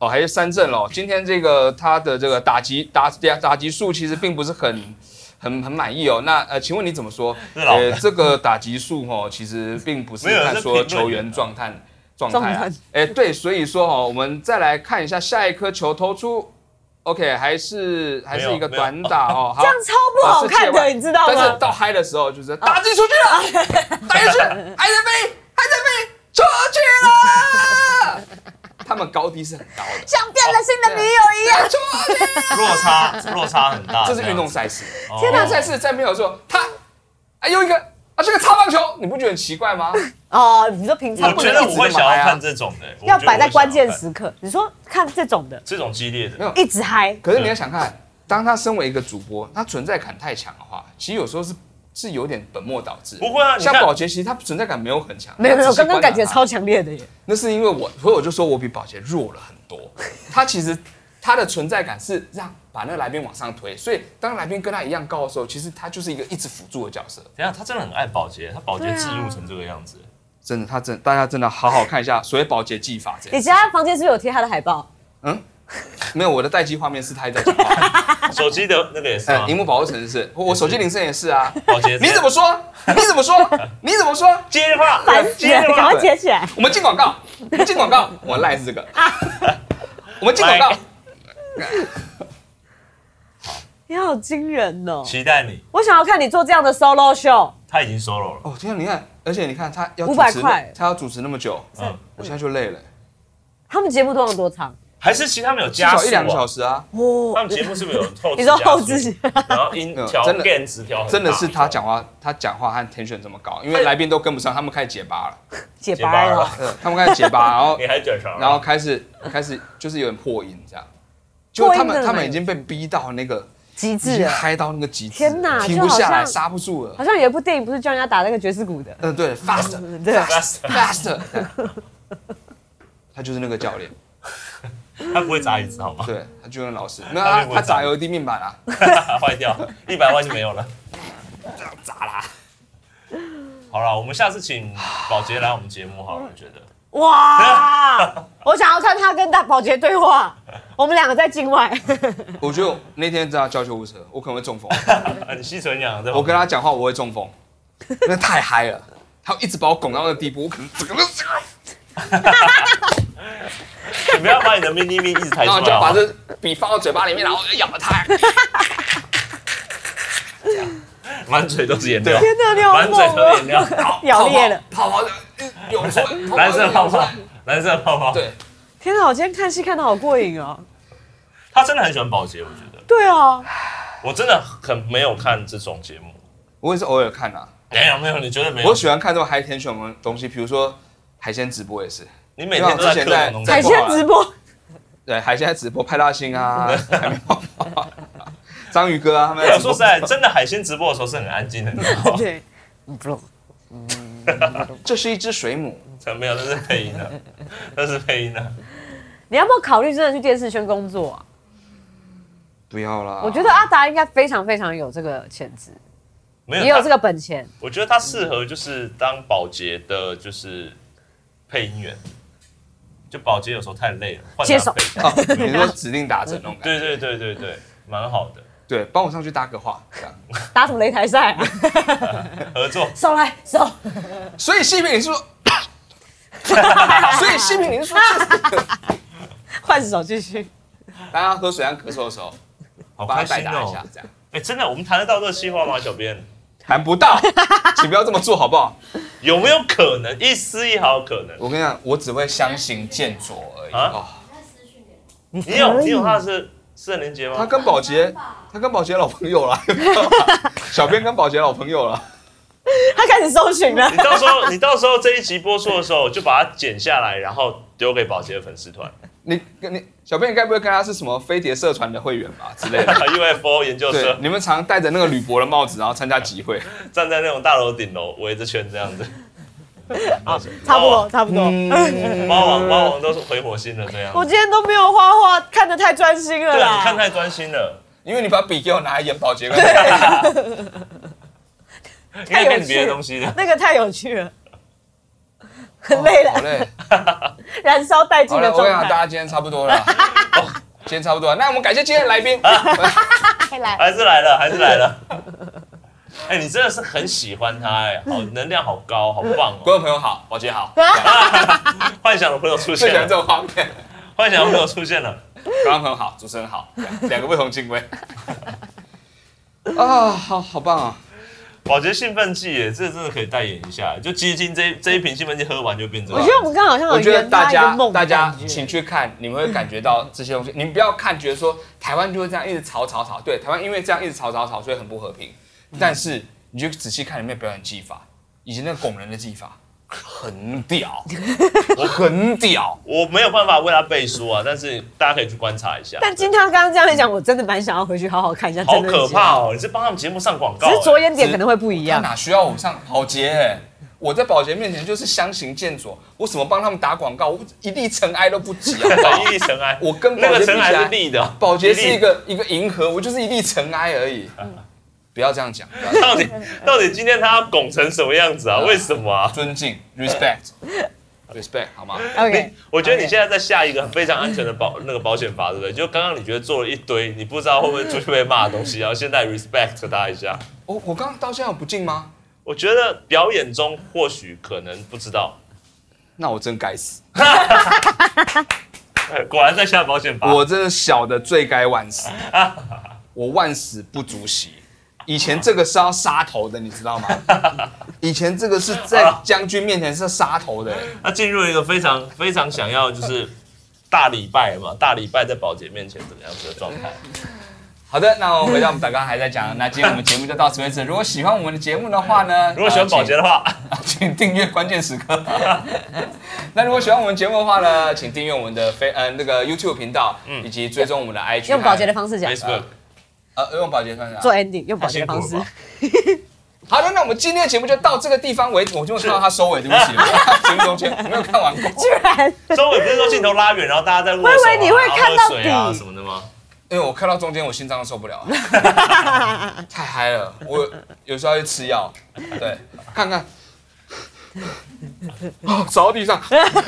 [SPEAKER 1] 哦，还是三振了。今天这个他的这个打击打打打击数其实并不是很很很满意哦。那呃，请问你怎么说？
[SPEAKER 3] 是老的
[SPEAKER 1] 呃，这个打击数哦，其实并不是
[SPEAKER 3] 没有
[SPEAKER 1] 看
[SPEAKER 3] 是
[SPEAKER 1] 说
[SPEAKER 3] 评论
[SPEAKER 1] 球员
[SPEAKER 3] 员啊
[SPEAKER 1] 状态状态
[SPEAKER 2] 状
[SPEAKER 1] 啊
[SPEAKER 2] 态。
[SPEAKER 1] 哎，对，所以说哦，我们再来看一下下一颗球投出。OK，还是还是一个
[SPEAKER 3] 没有
[SPEAKER 1] 短打哦，好
[SPEAKER 2] 这样超不好看
[SPEAKER 1] 啊
[SPEAKER 2] 的，
[SPEAKER 1] 是
[SPEAKER 2] 你知道
[SPEAKER 1] 但是
[SPEAKER 2] 吗？
[SPEAKER 1] 到嗨的时候
[SPEAKER 2] 哦
[SPEAKER 1] 就是打击出去 了，打进去了，还在飞，还在飞，出去了。他们高低是很高 的，
[SPEAKER 2] 像变了心的女友一样，
[SPEAKER 3] 落差落差很大。
[SPEAKER 1] 这是
[SPEAKER 3] 样
[SPEAKER 1] 运动赛事。
[SPEAKER 3] 哦
[SPEAKER 1] 运动赛事在没有说他，哎用一个啊这个擦棒球，你不觉得很奇怪吗？
[SPEAKER 2] 哦，你说平常
[SPEAKER 3] 我
[SPEAKER 2] 不
[SPEAKER 3] 觉
[SPEAKER 2] 能
[SPEAKER 3] 得
[SPEAKER 2] 一
[SPEAKER 3] 我
[SPEAKER 2] 直
[SPEAKER 3] 会想
[SPEAKER 1] 啊
[SPEAKER 3] 要看这种的、我觉得
[SPEAKER 2] 要
[SPEAKER 3] 我会
[SPEAKER 2] 摆在关键
[SPEAKER 3] 想要看
[SPEAKER 2] 时刻，你说看这种的，
[SPEAKER 3] 这种激烈
[SPEAKER 1] 没
[SPEAKER 3] 的，
[SPEAKER 1] 有
[SPEAKER 2] 一直嗨，
[SPEAKER 1] 可是你要想看，当他身为一个主播，他存在感太强的话，其实有时候是是有点本末倒置。
[SPEAKER 3] 不会啊你
[SPEAKER 1] 像
[SPEAKER 3] 看
[SPEAKER 1] 保洁其实他存在感没有很强，
[SPEAKER 2] 没有没有，
[SPEAKER 1] 只是
[SPEAKER 2] 刚刚
[SPEAKER 1] 观察
[SPEAKER 2] 感觉
[SPEAKER 1] 他
[SPEAKER 2] 超强烈的耶。
[SPEAKER 1] 那是因为我，所以我就说我比宝洁弱了很多。他其实他的存在感是让把那个来宾往上推，所以当来宾跟他一样高的时候，其实他就是一个一直辅助的角色。
[SPEAKER 3] 等一下他真的很爱保洁，他保洁置入成这个样子。
[SPEAKER 1] 真的，他真大家真的好好看一下所谓保洁技法这
[SPEAKER 2] 你
[SPEAKER 1] 样。
[SPEAKER 2] 其他房间是不是有贴他的海报？
[SPEAKER 1] 没有我的待机画面是他一直在讲话，
[SPEAKER 2] 啊
[SPEAKER 3] 手机的那个也是
[SPEAKER 1] 呃
[SPEAKER 3] 吗，
[SPEAKER 1] 荧？幕保护层是，我我手机铃声也是 啊。
[SPEAKER 3] 保洁，
[SPEAKER 1] 你怎么说？你怎么说？你怎么说？
[SPEAKER 3] 接电话？
[SPEAKER 2] 烦死
[SPEAKER 3] 接
[SPEAKER 2] 了，
[SPEAKER 3] 电
[SPEAKER 2] 赶
[SPEAKER 3] 话
[SPEAKER 2] 快接起来！
[SPEAKER 1] 我们进广告，我们进广告，我赖是这 个。我们进广告
[SPEAKER 3] 来，
[SPEAKER 2] 你好惊人哦！
[SPEAKER 3] 期待你，
[SPEAKER 2] 我想要看你做这样的 solo show，
[SPEAKER 3] 他已经 solo 了。
[SPEAKER 1] 哦天啊，你看，而且你看他要
[SPEAKER 2] 500
[SPEAKER 1] 主持那
[SPEAKER 2] 块
[SPEAKER 1] 他要主持那么久，哦
[SPEAKER 3] 嗯，
[SPEAKER 1] 我现在就累了。
[SPEAKER 2] 他们节目通常多长？
[SPEAKER 3] 还是其实他们有
[SPEAKER 1] 至
[SPEAKER 3] 加
[SPEAKER 1] 少
[SPEAKER 3] 速
[SPEAKER 1] 一两个
[SPEAKER 3] 啊
[SPEAKER 1] 小？时啊，
[SPEAKER 2] 哦
[SPEAKER 3] 他们节目是不是有后置
[SPEAKER 2] 你说
[SPEAKER 3] 加速
[SPEAKER 2] 后置，
[SPEAKER 3] 然后音
[SPEAKER 1] 嗯
[SPEAKER 3] 调
[SPEAKER 1] 真的
[SPEAKER 3] 电子调很大
[SPEAKER 1] 真的是他讲话，他讲话和 tension 这么高，
[SPEAKER 2] 哎
[SPEAKER 1] 因为来宾都跟不上，他们开始结巴了，
[SPEAKER 2] 解
[SPEAKER 3] 结巴
[SPEAKER 2] 巴
[SPEAKER 3] 了
[SPEAKER 2] 了，
[SPEAKER 1] 嗯他们开始结巴，然 后
[SPEAKER 3] 你还卷舌，啊
[SPEAKER 1] 然后开始开始就是有点破音这样，就他
[SPEAKER 2] 真的
[SPEAKER 1] 们
[SPEAKER 2] 很
[SPEAKER 1] 他们已经被逼到那个
[SPEAKER 2] 极
[SPEAKER 1] 已
[SPEAKER 2] 致
[SPEAKER 1] 经
[SPEAKER 2] 了。
[SPEAKER 1] 嗨到那个极致，
[SPEAKER 2] 啊天哪
[SPEAKER 1] 停不下来，
[SPEAKER 2] 就好像
[SPEAKER 1] 刹不住了
[SPEAKER 2] 好。像有一部电影不是叫人家打那个爵士鼓的，
[SPEAKER 1] 嗯，对，fast
[SPEAKER 2] 对，啊
[SPEAKER 1] fast，他就是那个教练，
[SPEAKER 3] 他不会砸椅子好吗？
[SPEAKER 1] 对，他就是那个老师，没有
[SPEAKER 3] 他
[SPEAKER 1] 他
[SPEAKER 3] 练过
[SPEAKER 1] 他砸
[SPEAKER 3] 掌
[SPEAKER 1] LED 面板啊，
[SPEAKER 3] 坏掉，一百万就没有了。
[SPEAKER 1] 砸啦，
[SPEAKER 3] 好了，我们下次请保洁来我们节目好了，我觉得
[SPEAKER 2] 哇！ 我想要看他跟大保洁对话，我们两个在境 外，
[SPEAKER 1] 我觉得我那天真的要叫救护车，我可能会中风。
[SPEAKER 3] 啊，你吸唇痒在旁边
[SPEAKER 1] 我跟他讲话我会中风，那太嗨了，他一直把我拱到那个地步，我可能整个都，
[SPEAKER 3] 你不要把你的 mini me 一 直抬
[SPEAKER 1] 然
[SPEAKER 3] 出
[SPEAKER 1] 后
[SPEAKER 3] 来
[SPEAKER 1] 就把
[SPEAKER 3] 好吗，
[SPEAKER 1] 这笔放到嘴巴里面，然后咬他，
[SPEAKER 3] 满嘴都是颜 料，
[SPEAKER 2] 天哪，你好
[SPEAKER 3] 满嘴
[SPEAKER 2] 猛
[SPEAKER 3] 都是
[SPEAKER 2] 哦！
[SPEAKER 3] 颜料，好
[SPEAKER 2] 咬裂了，
[SPEAKER 1] 泡泡的涌出 来，
[SPEAKER 3] 蓝色泡
[SPEAKER 1] 涌出
[SPEAKER 3] 泡
[SPEAKER 1] 来，
[SPEAKER 3] 蓝色泡泡，
[SPEAKER 1] 对，
[SPEAKER 2] 天哪，我今天看戏看的好过瘾哦。
[SPEAKER 3] 他真的很喜欢保洁，我觉得
[SPEAKER 2] 对啊，
[SPEAKER 3] 我真的很没有看这种节目，
[SPEAKER 1] 我也是偶尔看啊，
[SPEAKER 3] 没有没有，你觉得没有
[SPEAKER 1] 我？喜欢看这种 high tension 的东西，比如说海鲜直播也是，
[SPEAKER 3] 你每天都在
[SPEAKER 1] 就像之前
[SPEAKER 3] 各种东西，
[SPEAKER 1] 在
[SPEAKER 2] 海
[SPEAKER 1] 在
[SPEAKER 2] 鲜直播，
[SPEAKER 1] 对，海鲜直播派大星啊，海绵宝宝啊、章鱼哥啊， 他们
[SPEAKER 3] 没
[SPEAKER 1] 在
[SPEAKER 3] 有
[SPEAKER 1] 直
[SPEAKER 3] 哎
[SPEAKER 1] 播
[SPEAKER 3] 说实在，真的海鲜直播的时候是很安静的，你知道
[SPEAKER 1] 哦
[SPEAKER 3] 吗？
[SPEAKER 2] 对，不用
[SPEAKER 1] 这是一只水母，
[SPEAKER 3] 没有，那是配音的，那是配音啊的。
[SPEAKER 2] 你要不要考虑真的去电视圈工作啊？
[SPEAKER 1] 不要啦，
[SPEAKER 2] 我觉得阿达应该非常非常有这个潜 质，
[SPEAKER 3] 没有，
[SPEAKER 2] 也有
[SPEAKER 3] 他
[SPEAKER 2] 这个本钱。
[SPEAKER 3] 我觉得他适合就是当保洁的，就是配音员。就保洁有时候太累了，换
[SPEAKER 2] 接
[SPEAKER 3] 他
[SPEAKER 2] 手
[SPEAKER 3] 配。
[SPEAKER 1] 哦，你说指定打针那种感觉，
[SPEAKER 3] 对对对对对，蛮好的，
[SPEAKER 1] 对，帮我上去搭个话，这样。
[SPEAKER 2] 打什么擂台 赛、啊？
[SPEAKER 3] 合作
[SPEAKER 2] 手来手，
[SPEAKER 1] 所以西饼你是说， 啊所以西饼你 是说，
[SPEAKER 2] 换手继续。
[SPEAKER 1] 大家啊喝水和咳嗽的时候，
[SPEAKER 3] 好
[SPEAKER 1] 帮
[SPEAKER 3] 开
[SPEAKER 1] 他代
[SPEAKER 3] 心
[SPEAKER 1] 打一下
[SPEAKER 3] 哦。，
[SPEAKER 1] 这样
[SPEAKER 3] 哎，真的，我们谈得到这个计划吗，小编？
[SPEAKER 1] 谈不到，请不要这么做好不好？
[SPEAKER 3] 有没有可能一丝一毫可能？
[SPEAKER 1] 我跟你讲，我只会相形见绌而已。
[SPEAKER 3] 啊
[SPEAKER 1] 哦，
[SPEAKER 3] 你有
[SPEAKER 2] 嗯可以
[SPEAKER 3] 你有他的是圣连接
[SPEAKER 1] 他
[SPEAKER 3] 吗？
[SPEAKER 1] 跟宝洁，他跟宝洁老朋友了， 小编跟宝洁老朋友了。
[SPEAKER 2] 他开始搜寻了
[SPEAKER 1] 哦
[SPEAKER 3] 你。到时候你 到时候这一集播出的时候，就把它剪下来，然后丢给保洁的粉丝团
[SPEAKER 1] 你跟你小编，你该不会跟他是什么飞碟社团的会员吧之 类的？
[SPEAKER 3] ，UFO 研究
[SPEAKER 1] 对
[SPEAKER 3] 社，
[SPEAKER 1] 你们常戴着那个铝箔的帽子，然后参加集会。
[SPEAKER 3] 站在那种大楼顶楼围着圈这样子。
[SPEAKER 2] 差不多，差不多。
[SPEAKER 1] 嗯
[SPEAKER 3] 猫王猫王都是回火星了这样
[SPEAKER 2] 我。今天都没有画画，看得太专心了
[SPEAKER 3] 对
[SPEAKER 2] 啦。
[SPEAKER 3] 啊，你看太专心了，
[SPEAKER 1] 因为你把笔给我拿来演宝洁跟，
[SPEAKER 3] 应该看别的东西的。
[SPEAKER 2] 那个太有趣了，
[SPEAKER 1] 哦
[SPEAKER 2] 很累了，
[SPEAKER 1] 好嘞。
[SPEAKER 2] 燃烧殆尽
[SPEAKER 1] 好
[SPEAKER 2] 的
[SPEAKER 1] 了，我
[SPEAKER 2] 状
[SPEAKER 1] 想大
[SPEAKER 2] 态。
[SPEAKER 1] 家今天差不多 了啦，哦今天差不多了。那我们感谢今天的来 宾，
[SPEAKER 2] 快来，
[SPEAKER 3] 还是来了，还是来了。 哎、你真的是很喜欢他哎、 好能量好高，好棒哦！
[SPEAKER 1] 观众朋友好，宝洁好，
[SPEAKER 3] 幻想的朋友出
[SPEAKER 1] 最喜
[SPEAKER 3] 现
[SPEAKER 1] 欢这
[SPEAKER 3] 了，
[SPEAKER 1] 种画面。
[SPEAKER 3] 幻想的朋友出现了。
[SPEAKER 1] 观众朋友好，主持人好， 两个不同敬位。 啊，好好棒啊！
[SPEAKER 3] 保洁兴奋剂耶，这真的可以代言一下。就基金这一这一瓶兴奋剂喝完就变成
[SPEAKER 2] 我觉得我们刚刚好哦像有
[SPEAKER 1] 我觉得
[SPEAKER 2] 圆他
[SPEAKER 1] 大
[SPEAKER 2] 一个
[SPEAKER 1] 家
[SPEAKER 2] 梦的
[SPEAKER 1] 大
[SPEAKER 2] 感觉，
[SPEAKER 1] 家请去看，你们会感觉到这些东西。你们不要看，觉得说台湾就会这样一直吵吵吵，对，台湾因为这样一直吵吵吵，所以很不和平。
[SPEAKER 2] 嗯
[SPEAKER 1] 但是你就仔细看里面表演技法，以及那个拱人的技法，很屌， 我很屌。
[SPEAKER 3] 我没有办法为他背书啊，但是大家可以去观察一下。
[SPEAKER 2] 但金涛刚刚这样一讲，我真的蛮想要回去好好看一下。
[SPEAKER 3] 好
[SPEAKER 2] 真的
[SPEAKER 3] 可
[SPEAKER 2] 是
[SPEAKER 3] 怕！哦！你是帮他们节目上广告
[SPEAKER 2] 只
[SPEAKER 3] 哎、
[SPEAKER 2] 是着眼点可能会不一
[SPEAKER 1] 他
[SPEAKER 2] 样。
[SPEAKER 1] 哪需要我上保洁、欸？我在保洁面前就是相形见绌，我怎么帮他们打广告？我一粒尘埃都不及， 好不好
[SPEAKER 3] 一粒尘埃，
[SPEAKER 1] 我跟
[SPEAKER 3] 那
[SPEAKER 1] 保
[SPEAKER 3] 个
[SPEAKER 1] 洁
[SPEAKER 3] 尘
[SPEAKER 1] 比
[SPEAKER 3] 埃
[SPEAKER 1] 起
[SPEAKER 3] 是
[SPEAKER 1] 来
[SPEAKER 3] 立的，啊
[SPEAKER 1] 保洁是
[SPEAKER 3] 粒
[SPEAKER 1] 一个一个银河，我就是一粒尘埃而已。不要这样讲，不要这样
[SPEAKER 3] 到底 到底今天他要拱成什么样子啊？为什么 啊？
[SPEAKER 1] 尊敬，respect，respect，好吗？
[SPEAKER 2] OK，
[SPEAKER 3] 我觉得
[SPEAKER 2] 哎
[SPEAKER 3] 你现在在下一个非常安全的 保那个保险法，对不对？就刚刚你觉得做了一堆，你不知道会不会出去被骂的东西，然后现在 respect 他一下。
[SPEAKER 1] 哦我我刚刚到现在有不敬吗？
[SPEAKER 3] 我觉得表演中或许可能不知道，
[SPEAKER 1] 那我真该死，
[SPEAKER 3] 哎果然在下保险法。
[SPEAKER 1] 我真的小的罪该万死，我万死不足惜。以前这个是要杀头的，你知道吗？以前这个是在将军面前是杀头的、
[SPEAKER 3] 他进入一个非常非常想要就是大礼拜嘛，大礼拜在保洁面前怎么样子的状 态？
[SPEAKER 1] 好的，那我回到我们刚刚还在讲，那今天我们节目就到此为止。如果喜欢我们的节目的话呢，
[SPEAKER 3] 如果喜欢保洁的话，
[SPEAKER 1] 呃，请请订阅关键时刻。那如果喜欢我们节目的话呢，请订阅我们的非呃那个 YouTube 频道，以及追踪我们的 IG。
[SPEAKER 2] 用保洁的方式讲，
[SPEAKER 3] Facebook
[SPEAKER 1] 呃用保洁算啥？
[SPEAKER 2] 做 ending，用保
[SPEAKER 3] 太
[SPEAKER 2] 洁的
[SPEAKER 3] 辛苦
[SPEAKER 2] 方式
[SPEAKER 3] 了。吧？
[SPEAKER 1] 好的，那我们今天的节目就到这个地方为止。我就看到他收尾，对不起，我节目中间我没有看完过。
[SPEAKER 2] 居然
[SPEAKER 3] 周尾不是说镜头拉远，然后大家在握手、啊，
[SPEAKER 2] 我以为你会
[SPEAKER 3] 然后
[SPEAKER 2] 看到
[SPEAKER 3] 喝水啊
[SPEAKER 2] 底
[SPEAKER 3] 什么的吗？
[SPEAKER 1] 因为我看到中间我心脏都受不了了， 太嗨了，我有时候要去吃药，对，看看，哦，扫到地上，这样子，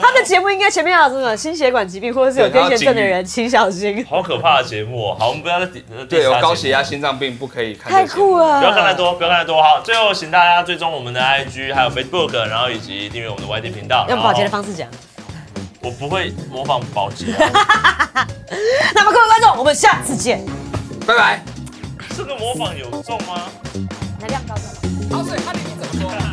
[SPEAKER 2] 他的节目应该前面要有什么心血管疾病或者是有
[SPEAKER 1] 对
[SPEAKER 2] 癫
[SPEAKER 1] 他要
[SPEAKER 2] 痫症的
[SPEAKER 1] 警语
[SPEAKER 2] 人，请小心。
[SPEAKER 3] 好可怕的节目、哦！好，我们不要再底呃
[SPEAKER 1] 对，有
[SPEAKER 3] diss 他
[SPEAKER 1] 高血压、
[SPEAKER 3] 节目
[SPEAKER 1] 心脏病不可以看，
[SPEAKER 2] 太酷，了！
[SPEAKER 3] 不要看太多，不要看太多。好，最后请大家追踪我们的 IG，还有 Facebook，然后以及订阅我们的 YT 频道。
[SPEAKER 2] 用保洁的
[SPEAKER 3] 式，
[SPEAKER 2] 方式讲。
[SPEAKER 3] 我不会模仿保洁、啊
[SPEAKER 2] 那么各位观众，我们下次见。
[SPEAKER 1] 拜拜。
[SPEAKER 3] 这个模仿有中吗？
[SPEAKER 2] 来量高干嘛？
[SPEAKER 1] 好，所以他的你怎么说？